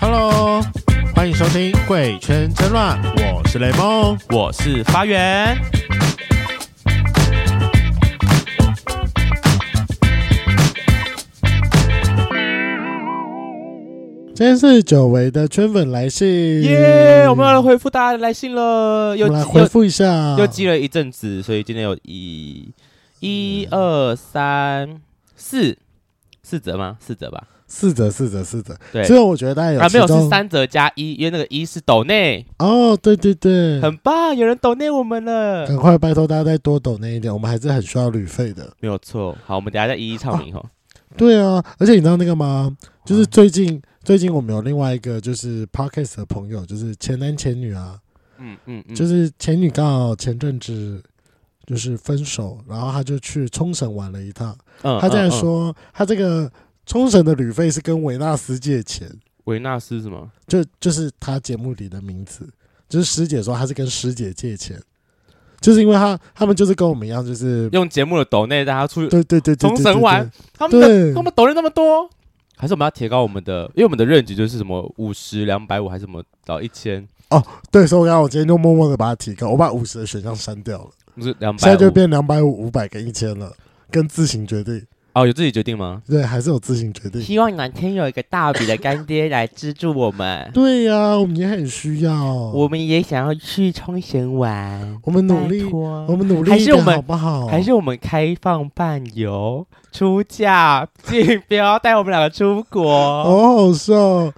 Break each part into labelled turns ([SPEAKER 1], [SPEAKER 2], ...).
[SPEAKER 1] Hello，欢迎收听《贵圈争乱》，我是雷梦。
[SPEAKER 2] 我是发源。
[SPEAKER 1] 今天是久违的圈粉来信，
[SPEAKER 2] 耶、我们要来回复大家的来信了，又
[SPEAKER 1] 我们来回复一下
[SPEAKER 2] 又，又积了一阵子，所以今天有一、一
[SPEAKER 1] 嗯
[SPEAKER 2] 二三四四折吗？四折吧。
[SPEAKER 1] 四折四折四折。
[SPEAKER 2] 对
[SPEAKER 1] 虽然我觉得大家有
[SPEAKER 2] 啊，没有
[SPEAKER 1] 哎其中
[SPEAKER 2] 是三折加一，因为那个一是抖内，
[SPEAKER 1] 哦，对对对，
[SPEAKER 2] 很棒，有人抖内我们了，
[SPEAKER 1] 赶快拜托大家再多抖那一点，我们还是很需要旅费的。
[SPEAKER 2] 没有错。好，我们等一下再一一唱名吼。
[SPEAKER 1] 对啊，而且你知道那个吗？就是
[SPEAKER 2] 嗯
[SPEAKER 1] 最近最近我们有另外一个就是 podcast 的朋友，就是前男前女啊，
[SPEAKER 2] 嗯嗯嗯，
[SPEAKER 1] 就是前女刚好前阵子就是分手，然后他就去冲绳玩了一趟。
[SPEAKER 2] 嗯
[SPEAKER 1] 他竟然
[SPEAKER 2] 嗯嗯
[SPEAKER 1] 说他这个冲绳的旅费是跟维纳斯借钱，
[SPEAKER 2] 维纳斯什么？
[SPEAKER 1] 就就是他节目里的名字，就是师姐说他是跟师姐借钱，就是因为他他们就是跟我们一样，就是
[SPEAKER 2] 用节目的抖内带他出去，
[SPEAKER 1] 对对对对对
[SPEAKER 2] 冲绳玩，他们
[SPEAKER 1] 对
[SPEAKER 2] 的他们抖了那么多，嗯还是我们要提高我们的，因为我们的 range 就是什么五十、两百五，还是什么到一千，
[SPEAKER 1] 对，对所以我刚刚我今天就默默的把它提高，我把五十的选项删掉了，
[SPEAKER 2] 不是两
[SPEAKER 1] 现
[SPEAKER 2] 百
[SPEAKER 1] 在就变两百五、五百跟一千了，跟自行决定，
[SPEAKER 2] 哦，有自己决定吗？
[SPEAKER 1] 对，还是有自行决 定。
[SPEAKER 2] 希望哪天有一个大笔的干爹来资助我 们，
[SPEAKER 1] 对呀、我们也很需要，
[SPEAKER 2] 我
[SPEAKER 1] 我
[SPEAKER 2] 们也想要去冲绳玩，
[SPEAKER 1] 我们努力
[SPEAKER 2] 拜，
[SPEAKER 1] 我
[SPEAKER 2] 托。
[SPEAKER 1] 们努力
[SPEAKER 2] 还
[SPEAKER 1] 一
[SPEAKER 2] 是
[SPEAKER 1] 点
[SPEAKER 2] 我们
[SPEAKER 1] 好不好？
[SPEAKER 2] 还是我们开放伴游、出嫁、 竞标，带我们两个出国。哦，
[SPEAKER 1] 好好笑。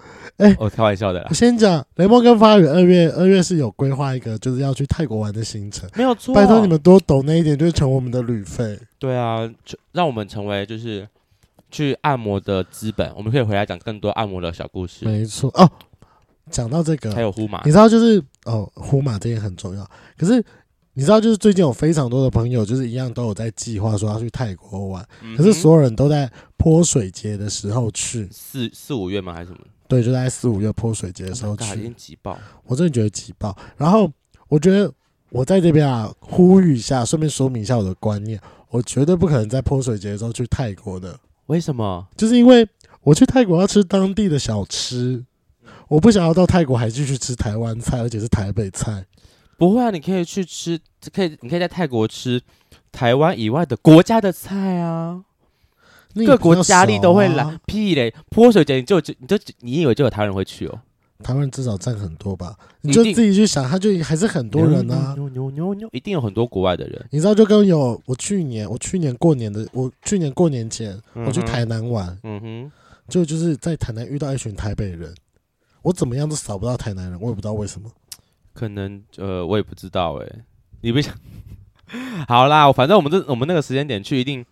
[SPEAKER 2] 我哦开玩笑的啦
[SPEAKER 1] 我，先讲，雷梦跟发源二月二月是有规划一个就是要去泰国玩的行程，
[SPEAKER 2] 没有错。
[SPEAKER 1] 拜托你们多抖那一点，就是成我们的旅费。
[SPEAKER 2] 对啊，就让我们成为就是去按摩的资本。我们可以回来讲更多按摩的小故事，
[SPEAKER 1] 没错哦。讲到这个
[SPEAKER 2] 还，有呼麻
[SPEAKER 1] 你。知道就是哦，呼马这也很重要。可是你知道，就是最近有非常多的朋友，就是一样都有在计划说要去泰国玩，
[SPEAKER 2] 嗯
[SPEAKER 1] 可是所有人都在泼水节的时候去
[SPEAKER 2] 嗯哼，四四五月吗？还是什么？
[SPEAKER 1] 对，就在四五月泼水节的时候
[SPEAKER 2] Oh my God，已
[SPEAKER 1] 去
[SPEAKER 2] 经，挤爆。
[SPEAKER 1] 我真的觉得挤爆。然后我觉得我在这边啊，呼吁一下，顺便说明一下我的观念，我绝对不可能在泼水节的时候去泰国的，
[SPEAKER 2] 为什么？
[SPEAKER 1] 就是因为我去泰国要吃当地的小吃，我不想要到泰国还继续吃台湾菜，而且是台北菜。
[SPEAKER 2] 不会啊，你可以去吃，可以你可以在泰国吃台湾以外的国家的菜啊，
[SPEAKER 1] 那也
[SPEAKER 2] 各
[SPEAKER 1] 比较
[SPEAKER 2] 国佳丽都会
[SPEAKER 1] 少
[SPEAKER 2] 来。
[SPEAKER 1] 啊，
[SPEAKER 2] 屁嘞，泼水节你就你就你以为就有台湾人会去哦？
[SPEAKER 1] 台湾至少占很多吧？
[SPEAKER 2] 一
[SPEAKER 1] 你就
[SPEAKER 2] 定嗯
[SPEAKER 1] 自己去想，他就还是很多人啊。
[SPEAKER 2] 牛牛牛牛，一定有很多国外的人。
[SPEAKER 1] 你知道，就跟有我去年，我去年过年的，我去年过年前，我去
[SPEAKER 2] 嗯哼
[SPEAKER 1] 台南玩，
[SPEAKER 2] 嗯哼，
[SPEAKER 1] 就就是在台南遇到一群台北人，我怎么样都扫不到台南人，我也不知道为什么。
[SPEAKER 2] 可能呃，我也不知道哎、你不想？ 好啦，反正我们这我们那个时间点去一定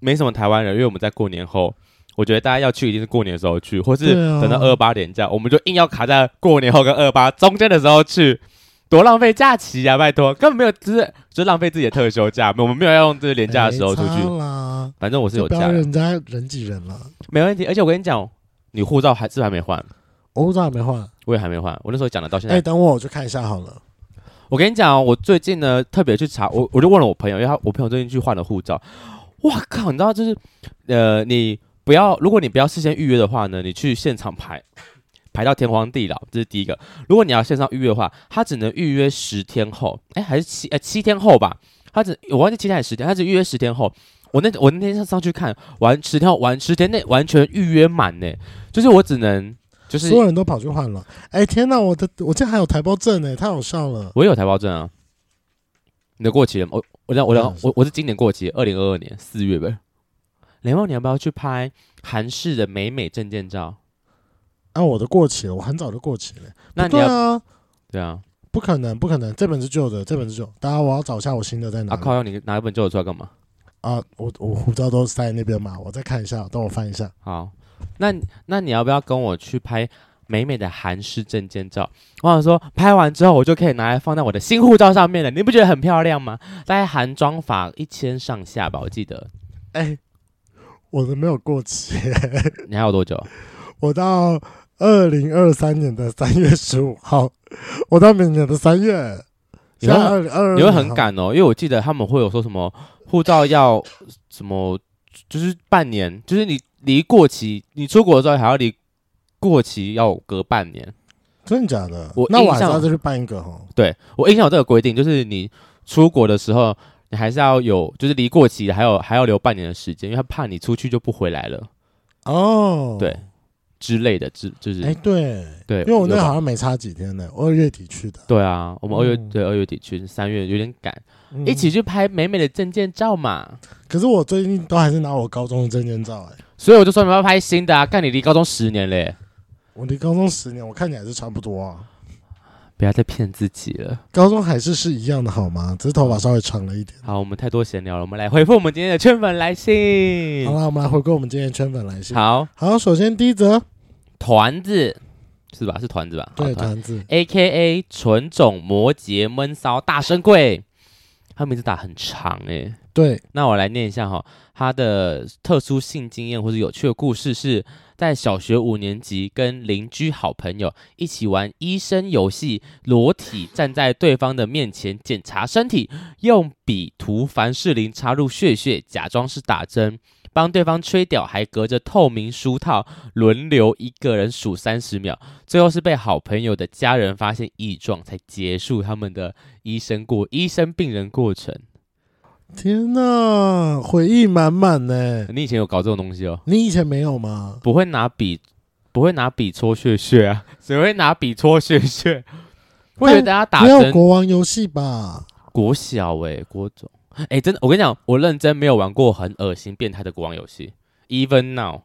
[SPEAKER 2] 没什么台湾人，因为我们在过年后，我觉得大家要去一定是过年的时候去，或是
[SPEAKER 1] 对啊
[SPEAKER 2] 等到二八年假，我们就硬要卡在过年后跟二八中间的时候去，多浪费假期呀、拜托，根本没有，就是就是浪费自己的特休假，我们没有要用这个年假的时候出
[SPEAKER 1] 哎没差
[SPEAKER 2] 去，
[SPEAKER 1] 啦，
[SPEAKER 2] 反正我是
[SPEAKER 1] 就
[SPEAKER 2] 有
[SPEAKER 1] 不
[SPEAKER 2] 假
[SPEAKER 1] 要
[SPEAKER 2] 的，
[SPEAKER 1] 人家人挤人了。
[SPEAKER 2] 没问题。而且我跟你讲，你护照还是不是还没换，
[SPEAKER 1] 我不知道还没换，
[SPEAKER 2] 我也还没换，我那时候讲的到现
[SPEAKER 1] 哎、
[SPEAKER 2] 在
[SPEAKER 1] 等我我去看一下好了。
[SPEAKER 2] 我跟你讲哦、我最近呢特别去查，我我就问了我朋友，因为他我朋友最近去换了护照。哇靠！你知道就是，呃，你不要，如果你不要事先预约的话呢，你去现场排，排到天荒地老，这是第一个。如果你要线上预约的话，它只能预约十天后，哎，还是七呃七天后吧？它只我忘记七天还是十天，它只预约十天后。我那我那天上上去看，完十天后完十天内完全预约满呢，就是我只能就是
[SPEAKER 1] 所有人都跑去换了。哎、天哪，我的我竟然还有台胞证呢、太好笑了。
[SPEAKER 2] 我也有台胞证啊。你的过期了吗？我我讲我讲
[SPEAKER 1] 嗯是
[SPEAKER 2] 我我是今年过期，二零二二年四月呗。雷梦，你要不要去拍韩式的美美证件照？
[SPEAKER 1] 啊，我的过期了，我很早就过期了。
[SPEAKER 2] 那
[SPEAKER 1] 不
[SPEAKER 2] 你
[SPEAKER 1] 对
[SPEAKER 2] 要
[SPEAKER 1] 啊，
[SPEAKER 2] 对啊，
[SPEAKER 1] 不可能，不可能，这本是旧的，这本是旧。大家我要找一下我新的在哪
[SPEAKER 2] 啊
[SPEAKER 1] 里
[SPEAKER 2] 靠，要你拿一本旧的出来干嘛？
[SPEAKER 1] 啊我我护照都塞在那边嘛，我再看一下，等我翻一下。
[SPEAKER 2] 好，那那你要不要跟我去拍美美的韩式证件照？我想说，拍完之后我就可以拿来放在我的新护照上面了，你不觉得很漂亮吗？大概韩妆法一千上下吧，我记得。
[SPEAKER 1] 哎、我的没有过期、
[SPEAKER 2] 你还有多久？
[SPEAKER 1] 我到二零二三年的三月十五号， 我到明年的三月，
[SPEAKER 2] 你会
[SPEAKER 1] 现在2022
[SPEAKER 2] 你会
[SPEAKER 1] 年
[SPEAKER 2] 很，赶哦，因为我记得他们会有说什么护照要什么，就是半年，就是你离过期，你出国的时候还要离过期要隔半年。
[SPEAKER 1] 真的假的？
[SPEAKER 2] 我
[SPEAKER 1] 那
[SPEAKER 2] 印
[SPEAKER 1] 晚
[SPEAKER 2] 象
[SPEAKER 1] 上再去办一个哈。
[SPEAKER 2] 对我印象有这个规定，就是你出国的时候，你还是要有，就是离过期还有还要留半年的时间，因为他怕你出去就不回来了
[SPEAKER 1] 哦，
[SPEAKER 2] 对之类的，之就是、
[SPEAKER 1] 哎、对，
[SPEAKER 2] 对，
[SPEAKER 1] 因为我那
[SPEAKER 2] 有吧
[SPEAKER 1] 好像没差几天呢，我二月底去的，
[SPEAKER 2] 对啊，我们二月、
[SPEAKER 1] 嗯
[SPEAKER 2] 对二月底去，三月有点赶，
[SPEAKER 1] 嗯
[SPEAKER 2] 一起。去拍美美的证件照嘛。
[SPEAKER 1] 可是我最近都还是拿我高中的证件照，哎，
[SPEAKER 2] 所以我就说你们要拍新的啊，干你离高中十年嘞、
[SPEAKER 1] 我离高中十年，我看起来是差不多啊。
[SPEAKER 2] 不要再骗自己了。
[SPEAKER 1] 高中还是是一样的好吗？只
[SPEAKER 2] 嗯
[SPEAKER 1] 是头发稍微长了一点。
[SPEAKER 2] 好，我们太多闲聊了，我们来回复我们今天的圈粉来信
[SPEAKER 1] 好。啊了，我们来回归我们今天的圈粉来
[SPEAKER 2] 嗯
[SPEAKER 1] 信。
[SPEAKER 2] 好，
[SPEAKER 1] 好，首先第一则，
[SPEAKER 2] 团子是吧？是团子吧？好
[SPEAKER 1] 对
[SPEAKER 2] 团
[SPEAKER 1] 团子，
[SPEAKER 2] ，A K A 纯种摩羯闷骚大神贵，他名字打很长哎、
[SPEAKER 1] 对，
[SPEAKER 2] 那我来念一下哈，他的特殊性经验或者有趣的故事是在小学五年级跟邻居好朋友一起玩医生游戏，裸体站在对方的面前检查身体，用笔涂凡士林插入血血，假装是打针。帮对方吹屌，还隔着透明书套轮流一个人数三十秒，最后是被好朋友的家人发现异状，才结束他们的医生过医生病人过程。
[SPEAKER 1] 天哪，回忆满满呢。
[SPEAKER 2] 你以前有搞这种东西哦？
[SPEAKER 1] 你以前没有吗？
[SPEAKER 2] 不会拿笔，不会拿笔戳血血啊？谁会拿笔戳血血？我以为大家打
[SPEAKER 1] 没有
[SPEAKER 2] 针。
[SPEAKER 1] 国王游戏吧？
[SPEAKER 2] 国小哎、国中哎、真的，我跟你讲，我认真没有玩过很恶心变态的国王游戏。Even now，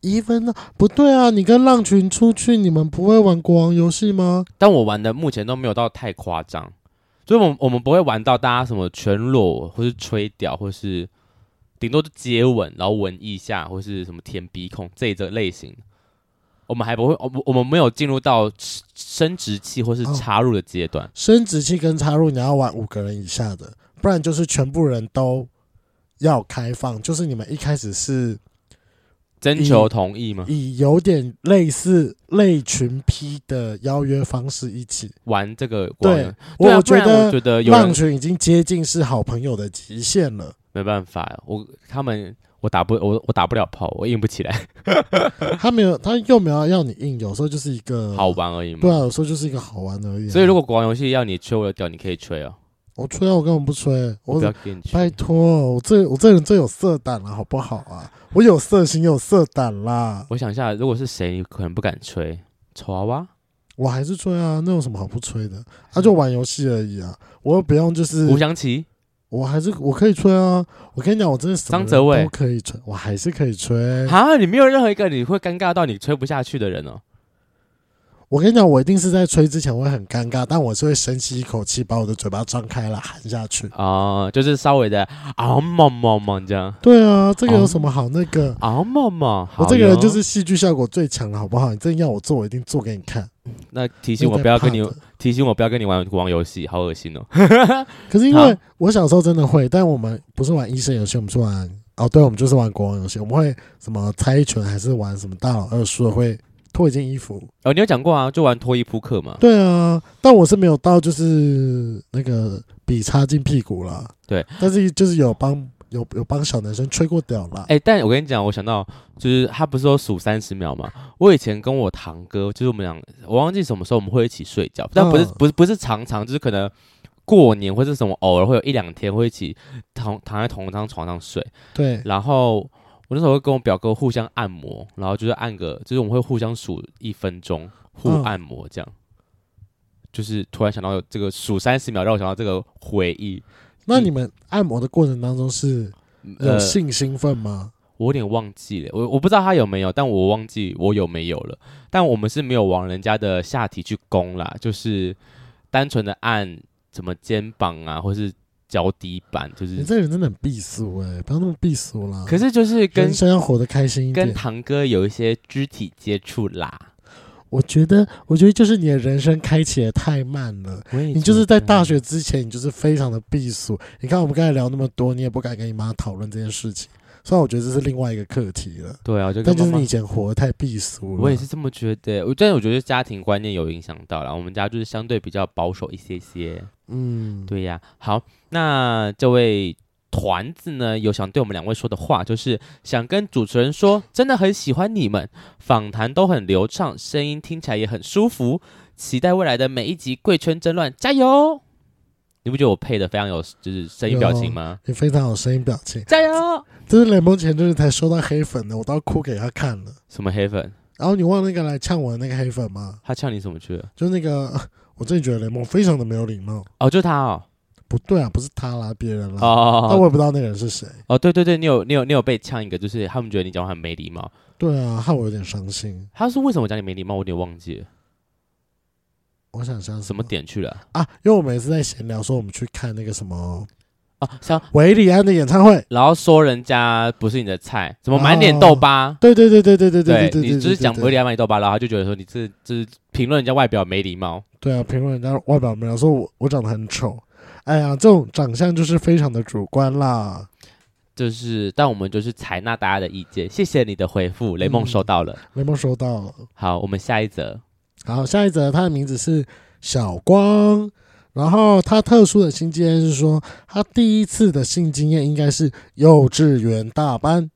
[SPEAKER 1] 一分呢？不对啊，你跟浪群出去，你们不会玩国王游戏吗？
[SPEAKER 2] 但我玩的目前都没有到太夸张，所以我们我们不会玩到大家什么全裸，或是吹屌，或是顶多就接吻，然后吻一下，或是什么舔鼻孔这一种类型。我们还不会，我我我们没有进入到生殖器或是
[SPEAKER 1] 哦
[SPEAKER 2] 插入的阶段。
[SPEAKER 1] 生殖器跟插入你要玩五个人以下的，不然就是全部人都要开放。就是你们一开始是
[SPEAKER 2] 征求同意吗？
[SPEAKER 1] 以有点类似类群批的邀约方式一起。
[SPEAKER 2] 玩这个国王游戏
[SPEAKER 1] 我
[SPEAKER 2] 对啊，不
[SPEAKER 1] 我觉
[SPEAKER 2] 然我
[SPEAKER 1] 得
[SPEAKER 2] 觉得有
[SPEAKER 1] 浪
[SPEAKER 2] 人
[SPEAKER 1] 群已经接近是好朋友的极限了。
[SPEAKER 2] 没办法，我他们我打不我我打不了炮，我硬不起来，
[SPEAKER 1] 他没有，他又没有要你硬，有时候就是一个
[SPEAKER 2] 好，玩而已嘛。
[SPEAKER 1] 对啊，有时候就是一个好玩而已啊、
[SPEAKER 2] 所以如果国王游戏要你吹我的屌，你可以吹哦，
[SPEAKER 1] 我吹啊，我根本不吹，
[SPEAKER 2] 我
[SPEAKER 1] 我
[SPEAKER 2] 不要给你
[SPEAKER 1] 拜
[SPEAKER 2] 吹。
[SPEAKER 1] 托，我这我这人最有色胆了，好不好啊？我有色心，有色胆啦，
[SPEAKER 2] 我想一下，如果是谁，你可能不敢吹丑娃娃，
[SPEAKER 1] 我还是吹啊，那有什么好不吹的？他、就玩游戏而已啊，我又不用就是
[SPEAKER 2] 吴，祥琪，
[SPEAKER 1] 我还是我可以吹啊。我跟你讲，我真的什么人
[SPEAKER 2] 张哲伟
[SPEAKER 1] 都可以吹，我还是可以吹。
[SPEAKER 2] 哈，你没有任何一个你会尴尬到你吹不下去的人哦。
[SPEAKER 1] 我跟你讲，我一定是在吹之前我会很尴尬，但我是会深吸一口气，把我的嘴巴张开了含下去。
[SPEAKER 2] 啊、就是稍微的啊么么么这样
[SPEAKER 1] 对啊，这个有什么好那个？
[SPEAKER 2] 啊么么。
[SPEAKER 1] 我
[SPEAKER 2] 好
[SPEAKER 1] 这个人
[SPEAKER 2] 哟
[SPEAKER 1] 就是戏剧效果最强了，好不好？你真要我做，我一定做给你看。
[SPEAKER 2] 那提醒我
[SPEAKER 1] 没
[SPEAKER 2] 不要
[SPEAKER 1] 在
[SPEAKER 2] 跟你
[SPEAKER 1] 怕的
[SPEAKER 2] 提醒我不要跟你玩国王游戏，好恶心哦。
[SPEAKER 1] 可是因
[SPEAKER 2] 好
[SPEAKER 1] 为我小时候真的会，但我们不是玩医生游戏，我们是玩哦，对，我们就是玩国王游戏，我们会什么猜拳，还是玩什么大佬二输了会脱一件衣服。
[SPEAKER 2] 哦，你有讲过啊，就玩脱衣扑克嘛。
[SPEAKER 1] 对啊，但我是没有到就是那个笔插进屁股啦。
[SPEAKER 2] 对，
[SPEAKER 1] 但是就是有帮有有帮小男生吹过屌啦。
[SPEAKER 2] 哎、但我跟你讲，我想到就是他不是说数三十秒嘛？我以前跟我堂哥，就是我们俩，我忘记什么时候我们会一起睡觉，但不是、
[SPEAKER 1] 嗯
[SPEAKER 2] 不是不是常常，就是可能过年或者什么偶尔会有一两天会一起躺躺在同一张床上睡，
[SPEAKER 1] 对，
[SPEAKER 2] 然后我那时候会跟我表哥互相按摩，然后就是按个，就是我们会互相数一分钟，互
[SPEAKER 1] 嗯
[SPEAKER 2] 按摩这样。就是突然想到有这个数三十秒，让我想到这个回忆。
[SPEAKER 1] 那你们按摩的过程当中是有
[SPEAKER 2] 呃
[SPEAKER 1] 性兴奋吗？
[SPEAKER 2] 我有点忘记了，我我不知道他有没有，但我忘记我有没有了。但我们是没有往人家的下体去攻啦，就是单纯的按什么肩膀啊，或是脚底板，就
[SPEAKER 1] 你
[SPEAKER 2] 是。
[SPEAKER 1] 这个人真的很避俗哎、不要那么避俗啦。
[SPEAKER 2] 可是就是跟
[SPEAKER 1] 人生要活得开心一点
[SPEAKER 2] 跟。堂哥有一些肢体接触啦。
[SPEAKER 1] 我觉得，我觉得就是你的人生开启的太慢了。你
[SPEAKER 2] 你
[SPEAKER 1] 就是在大学之前，你就是非常的避俗。你看我们刚才聊那么多，你也不敢跟你妈讨论这件事情。虽然我觉得这是另外一个课题了，
[SPEAKER 2] 对啊，我就
[SPEAKER 1] 但
[SPEAKER 2] 跟
[SPEAKER 1] 就
[SPEAKER 2] 妈
[SPEAKER 1] 是
[SPEAKER 2] 妈
[SPEAKER 1] 你以前活得太避俗了。
[SPEAKER 2] 我也是这么觉得。我但我觉得家庭观念有影响到啦，我们家就是相对比较保守一些些。
[SPEAKER 1] 嗯，
[SPEAKER 2] 对呀、好，那这位团子呢有想对我们两位说的话，就是想跟主持人说，真的很喜欢你们，访谈都很流畅，声音听起来也很舒服，期待未来的每一集《贵圈争乱》，加油！你不觉得我配的非常有就是声音表情吗？
[SPEAKER 1] 你非常有声音表情。
[SPEAKER 2] 加油！
[SPEAKER 1] 这是联盟前阵子才收到黑粉的，我都要哭给他看了。
[SPEAKER 2] 什么黑粉？
[SPEAKER 1] 然后你忘了那个来呛我的那个黑粉吗？
[SPEAKER 2] 他呛你什么去了？
[SPEAKER 1] 就那个， 我真的觉得联盟非常的没有礼貌。
[SPEAKER 2] 哦，就他哦，
[SPEAKER 1] 不对啊，不是他啦，别人
[SPEAKER 2] 哦
[SPEAKER 1] 啦。
[SPEAKER 2] 哦
[SPEAKER 1] 但
[SPEAKER 2] 哦
[SPEAKER 1] 我也不知道那个人是谁。
[SPEAKER 2] 哦，对对对，你有你有你有被呛一个，就是他们觉得你讲话很没礼貌。
[SPEAKER 1] 对啊，害我有点伤心。
[SPEAKER 2] 他是为什么讲你没礼貌？我有点忘记了
[SPEAKER 1] 我想想
[SPEAKER 2] 什么点去了
[SPEAKER 1] 啊？因为我每次在闲聊说我们去看那个什么
[SPEAKER 2] 啊？像
[SPEAKER 1] 维里安的演唱会。
[SPEAKER 2] 然后说人家不是你的菜，怎么满脸痘疤？
[SPEAKER 1] 对对对对对对哦对对，
[SPEAKER 2] 你就是讲
[SPEAKER 1] 对
[SPEAKER 2] 维里安满脸痘疤，然后他就觉得说你这这是评论人家外表没礼貌。
[SPEAKER 1] 对啊，评论人家外表没有说我我长得很丑。哎呀，这种长相就是非常的主观啦。
[SPEAKER 2] 就是，但我们就是采纳大家的意见，谢谢你的回复，雷梦收到了。
[SPEAKER 1] 雷蒙收到了。
[SPEAKER 2] 好，我们下一则，
[SPEAKER 1] 好，下一则他的名字是小光，然后他特殊的新经验是说，他第一次的性经验应该是幼稚园大班，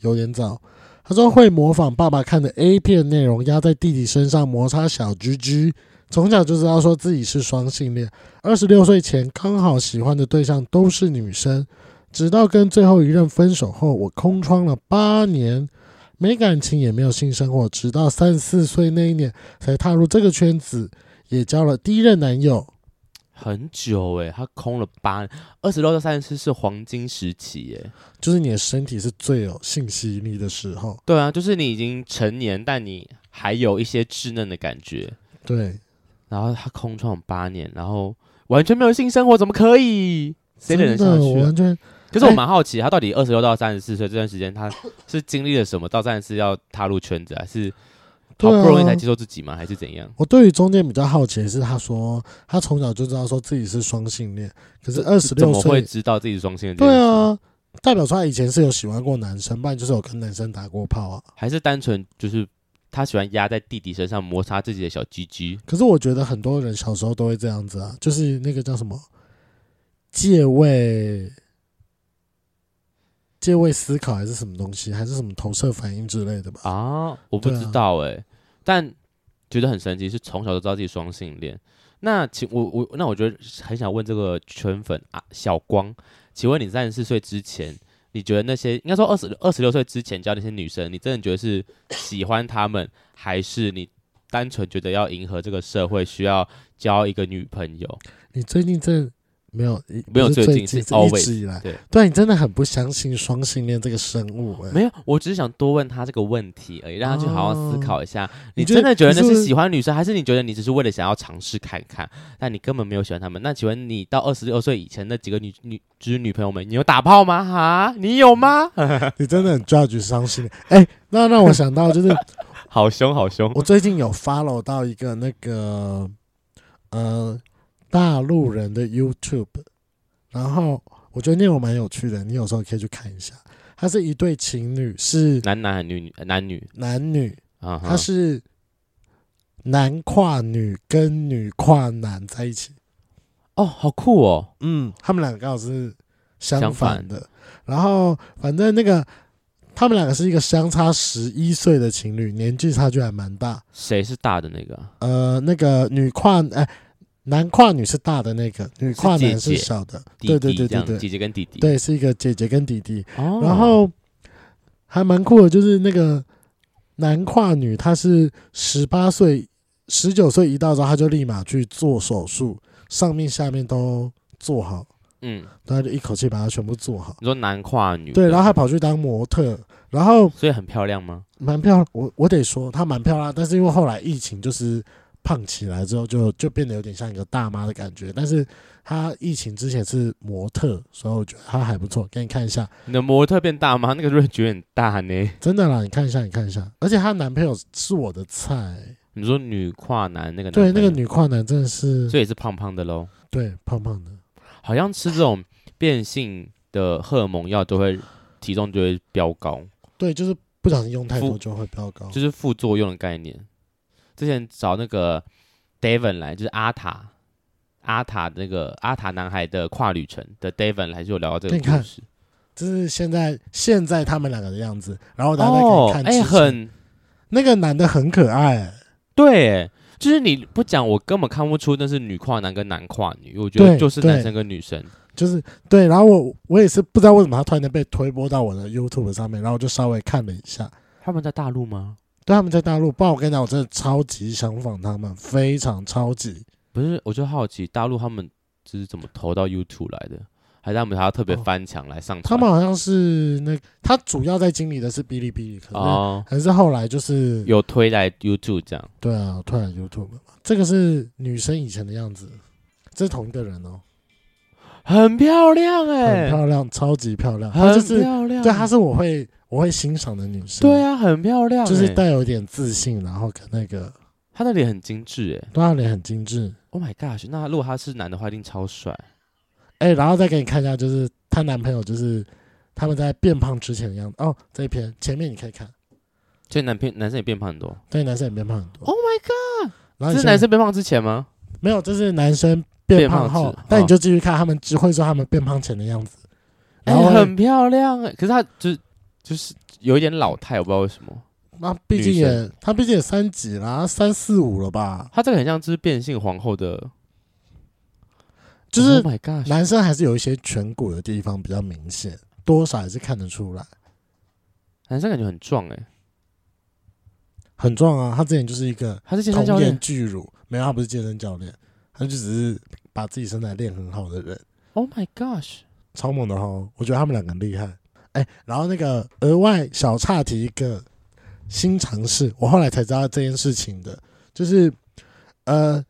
[SPEAKER 1] 有点早。他说会模仿爸爸看的 A 片内容，压在弟弟身上摩擦小居居，从小就知道说自己是双性恋。二十六岁前刚好喜欢的对象都是女生，直到跟最后一任分手后，我空窗了八年。没感情也没有性生活，直到三十四岁那一年才踏入这个圈子，也交了第一任男友。
[SPEAKER 2] 很久哎、他空了八，二十六到三十四是黄金时期哎、
[SPEAKER 1] 就是你的身体是最有性吸引力的时候，
[SPEAKER 2] 对啊，就是你已经成年，但你还有一些稚嫩的感觉。
[SPEAKER 1] 对，
[SPEAKER 2] 然后他空窗八年，然后完全没有性生活，怎么可以？谁忍得
[SPEAKER 1] 真
[SPEAKER 2] 下
[SPEAKER 1] 的，我
[SPEAKER 2] 去、啊
[SPEAKER 1] 完？全
[SPEAKER 2] 可是我蛮好奇，他到底二十六到三十四岁这段时间，他是经历了什么？到三十四要踏入圈子，还是好
[SPEAKER 1] 对
[SPEAKER 2] 不容易才
[SPEAKER 1] 啊
[SPEAKER 2] 接。受自己吗？还是怎样？
[SPEAKER 1] 我对于中间比较好奇的是，他说他从小就知道说自己是双性恋，可是二十
[SPEAKER 2] 怎
[SPEAKER 1] 六
[SPEAKER 2] 么会
[SPEAKER 1] 岁，
[SPEAKER 2] 知道自己是双性恋？
[SPEAKER 1] 对，啊，代表说他以前是有喜欢过男生，不然就是有跟男生打过炮啊。
[SPEAKER 2] 还是单纯就是他喜欢压在弟弟身上摩擦自己的小鸡鸡？
[SPEAKER 1] 可是我觉得很多人小时候都会这样子啊，就是那个叫什么借位、借位思考还是什么东西，还是什么投射反应之类的吧？
[SPEAKER 2] 啊，我不
[SPEAKER 1] 对啊
[SPEAKER 2] 知道哎、但觉得很神奇，是从小都知道自己双性恋。那请我我那我觉得很想问这个圈粉啊，小光，请问你三十四岁之前，你觉得那些应该说二十二十六岁之前交那些女生，你真的觉得是喜欢她们，还是你单纯觉得要迎合这个社会，需要交一个女朋友？
[SPEAKER 1] 你最近真的没有一
[SPEAKER 2] 没有
[SPEAKER 1] 不是
[SPEAKER 2] 最
[SPEAKER 1] 最
[SPEAKER 2] 近是
[SPEAKER 1] 一
[SPEAKER 2] always，
[SPEAKER 1] 直以来，啊
[SPEAKER 2] 对
[SPEAKER 1] 你真的很不相信双性恋这个生物、欸。
[SPEAKER 2] 没有，我只是想多问他这个问题而已，让他去好好思考一下。你
[SPEAKER 1] 哦你觉
[SPEAKER 2] 真
[SPEAKER 1] 得
[SPEAKER 2] 的觉得那
[SPEAKER 1] 你是不
[SPEAKER 2] 是
[SPEAKER 1] 是
[SPEAKER 2] 喜欢女生，还是你觉得你只是为了想要尝试看看？但你根本没有喜欢她们。那请问你到二十六岁以前那几个女女就是女朋友们，你有打炮吗？哈，你有吗？
[SPEAKER 1] 你真的很 judge 双性恋。哎、那让我想到就是
[SPEAKER 2] 好凶，好凶！
[SPEAKER 1] 我最近有 follow 到一个那个呃大陆人的 YouTube，然后我觉得内容蛮有趣的，你有时候可以去看一下。他是一对情侣，是
[SPEAKER 2] 男男还女女男女
[SPEAKER 1] 男女，
[SPEAKER 2] 啊哈
[SPEAKER 1] 他是男跨女跟女跨男在一起。
[SPEAKER 2] 哦，好酷哦！
[SPEAKER 1] 嗯，他们两个刚好是相
[SPEAKER 2] 相
[SPEAKER 1] 反
[SPEAKER 2] 反
[SPEAKER 1] 的。然后反正那个他们两个是一个相差十一岁的情侣，年纪差距还蛮大。
[SPEAKER 2] 谁是大的那个啊？
[SPEAKER 1] 呃，那个女跨哎、男跨女是大的那个，女跨男
[SPEAKER 2] 是姐
[SPEAKER 1] 是
[SPEAKER 2] 姐
[SPEAKER 1] 小的。
[SPEAKER 2] 弟
[SPEAKER 1] 对对
[SPEAKER 2] 弟这
[SPEAKER 1] 对对
[SPEAKER 2] 样，
[SPEAKER 1] 对
[SPEAKER 2] 姐姐跟弟弟。
[SPEAKER 1] 对，是一个姐姐跟弟弟。
[SPEAKER 2] 哦，
[SPEAKER 1] 然后还蛮酷的，就是那个男跨女，她是十八岁、十九岁一到之后，她就立马去做手术，上面下面都做好，
[SPEAKER 2] 嗯，
[SPEAKER 1] 她就一口气把它全部做好。
[SPEAKER 2] 你说男跨女
[SPEAKER 1] 对，
[SPEAKER 2] 的
[SPEAKER 1] 然后还跑去当模特，然后
[SPEAKER 2] 所以很漂亮吗？
[SPEAKER 1] 蛮漂亮，我我得说她蛮漂亮，但是因为后来疫情就是胖起来之后就，就变得有点像一个大妈的感觉。但是她疫情之前是模特，所以我觉得她还不错，给你看一下，
[SPEAKER 2] 你的模特变大吗？那个 range 有点大呢。
[SPEAKER 1] 真的啦，你看一下，你看一下。而且她男朋友是我的菜，
[SPEAKER 2] 你说女跨男那个男
[SPEAKER 1] 对，那
[SPEAKER 2] 朋
[SPEAKER 1] 个
[SPEAKER 2] 友
[SPEAKER 1] 女跨男真的是
[SPEAKER 2] 所以也是胖胖的喽。
[SPEAKER 1] 对胖胖的，
[SPEAKER 2] 好像吃这种变性的荷尔蒙药都会体重就会飙高，
[SPEAKER 1] 对，就是不小心用太
[SPEAKER 2] 腹
[SPEAKER 1] 多就会飙高。
[SPEAKER 2] 就是副作用的概念。之前找那个 David 来，就是阿塔，阿塔那个阿塔男孩的跨旅程的 David 还是有聊到这个
[SPEAKER 1] 你看
[SPEAKER 2] 故事
[SPEAKER 1] 就是现在现在他们两个的样子，然后大家可以
[SPEAKER 2] 哦，
[SPEAKER 1] 看
[SPEAKER 2] 哎、
[SPEAKER 1] 之前、
[SPEAKER 2] 很
[SPEAKER 1] 那个男的很可爱，
[SPEAKER 2] 对，就是你不讲，我根本看不出那是女跨男跟男跨女，我觉得
[SPEAKER 1] 对
[SPEAKER 2] 就是
[SPEAKER 1] 对
[SPEAKER 2] 男生跟女生。
[SPEAKER 1] 就是对，然后我我也是不知道为什么他突然间被推播到我的 YouTube 上面，然后我就稍微看了一下。
[SPEAKER 2] 他们在大陆吗？
[SPEAKER 1] 对，他们在大陆，不然我跟你讲，我真的超级想访他们，非常超级。
[SPEAKER 2] 不是，我就好奇大陆他们就是怎么投到 YouTube 来的，还是他们还要特别
[SPEAKER 1] 哦
[SPEAKER 2] 翻墙来上
[SPEAKER 1] 他
[SPEAKER 2] 传？
[SPEAKER 1] 们好像是那他主要在经理的是哔哩哔哩，可是
[SPEAKER 2] 哦，
[SPEAKER 1] 还是后来就是
[SPEAKER 2] 有推来 YouTube 这样。
[SPEAKER 1] 对啊，突然 YouTube 嘛，这个是女生以前的样子，这是同一个人哦，
[SPEAKER 2] 很漂亮
[SPEAKER 1] 很
[SPEAKER 2] 哎、
[SPEAKER 1] 漂亮，超级漂亮，她
[SPEAKER 2] 很
[SPEAKER 1] 就是
[SPEAKER 2] 漂亮，
[SPEAKER 1] 对，她是我会我会欣赏的女生，
[SPEAKER 2] 对，啊，很漂亮欸、
[SPEAKER 1] 就是带有一点自信，然后跟那个
[SPEAKER 2] 他的脸很精致哎、
[SPEAKER 1] 对她啊脸很精致，
[SPEAKER 2] Oh my gosh！那如果他是男的话，一定超帅。
[SPEAKER 1] 哎，然后再给你看一下，就是她男朋友就是他们在变胖之前的样子哦，这一篇前面你可以看，
[SPEAKER 2] 所以男变男生也变胖很多。
[SPEAKER 1] 对，男生也变胖很多
[SPEAKER 2] Oh my god！
[SPEAKER 1] 然
[SPEAKER 2] 这
[SPEAKER 1] 后你
[SPEAKER 2] 是
[SPEAKER 1] 现在
[SPEAKER 2] 男生变胖之前吗？
[SPEAKER 1] 没有，这是男生
[SPEAKER 2] 变
[SPEAKER 1] 变
[SPEAKER 2] 胖
[SPEAKER 1] 胖后
[SPEAKER 2] 之，
[SPEAKER 1] 但
[SPEAKER 2] 哦
[SPEAKER 1] 你就继续看，他们只会说他们变胖前的样子，
[SPEAKER 2] 哎、
[SPEAKER 1] 然后会
[SPEAKER 2] 很漂亮哎、可是他就是就是有一点老态，我不知道为什么。
[SPEAKER 1] 那毕竟
[SPEAKER 2] 女
[SPEAKER 1] 也，他毕竟也三级啦，三四五了吧？
[SPEAKER 2] 他这个很像就是变性皇后的，
[SPEAKER 1] 就是
[SPEAKER 2] Oh my god！
[SPEAKER 1] 男生还是有一些颧骨的地方比较明显，多少还是看得出来，
[SPEAKER 2] 男生感觉很壮哎、
[SPEAKER 1] 很壮啊。他之前就是一个
[SPEAKER 2] 他是健身
[SPEAKER 1] 童
[SPEAKER 2] 教练
[SPEAKER 1] 颜。巨乳，没有，他不是健身教练，他就只是把自己身材练很好的人，
[SPEAKER 2] Oh my gosh！
[SPEAKER 1] 超猛的哦。我觉得他们两个很厉害。哎、然后那个额外小岔题一个新尝试，我后来才知道这件事情的，就是呃，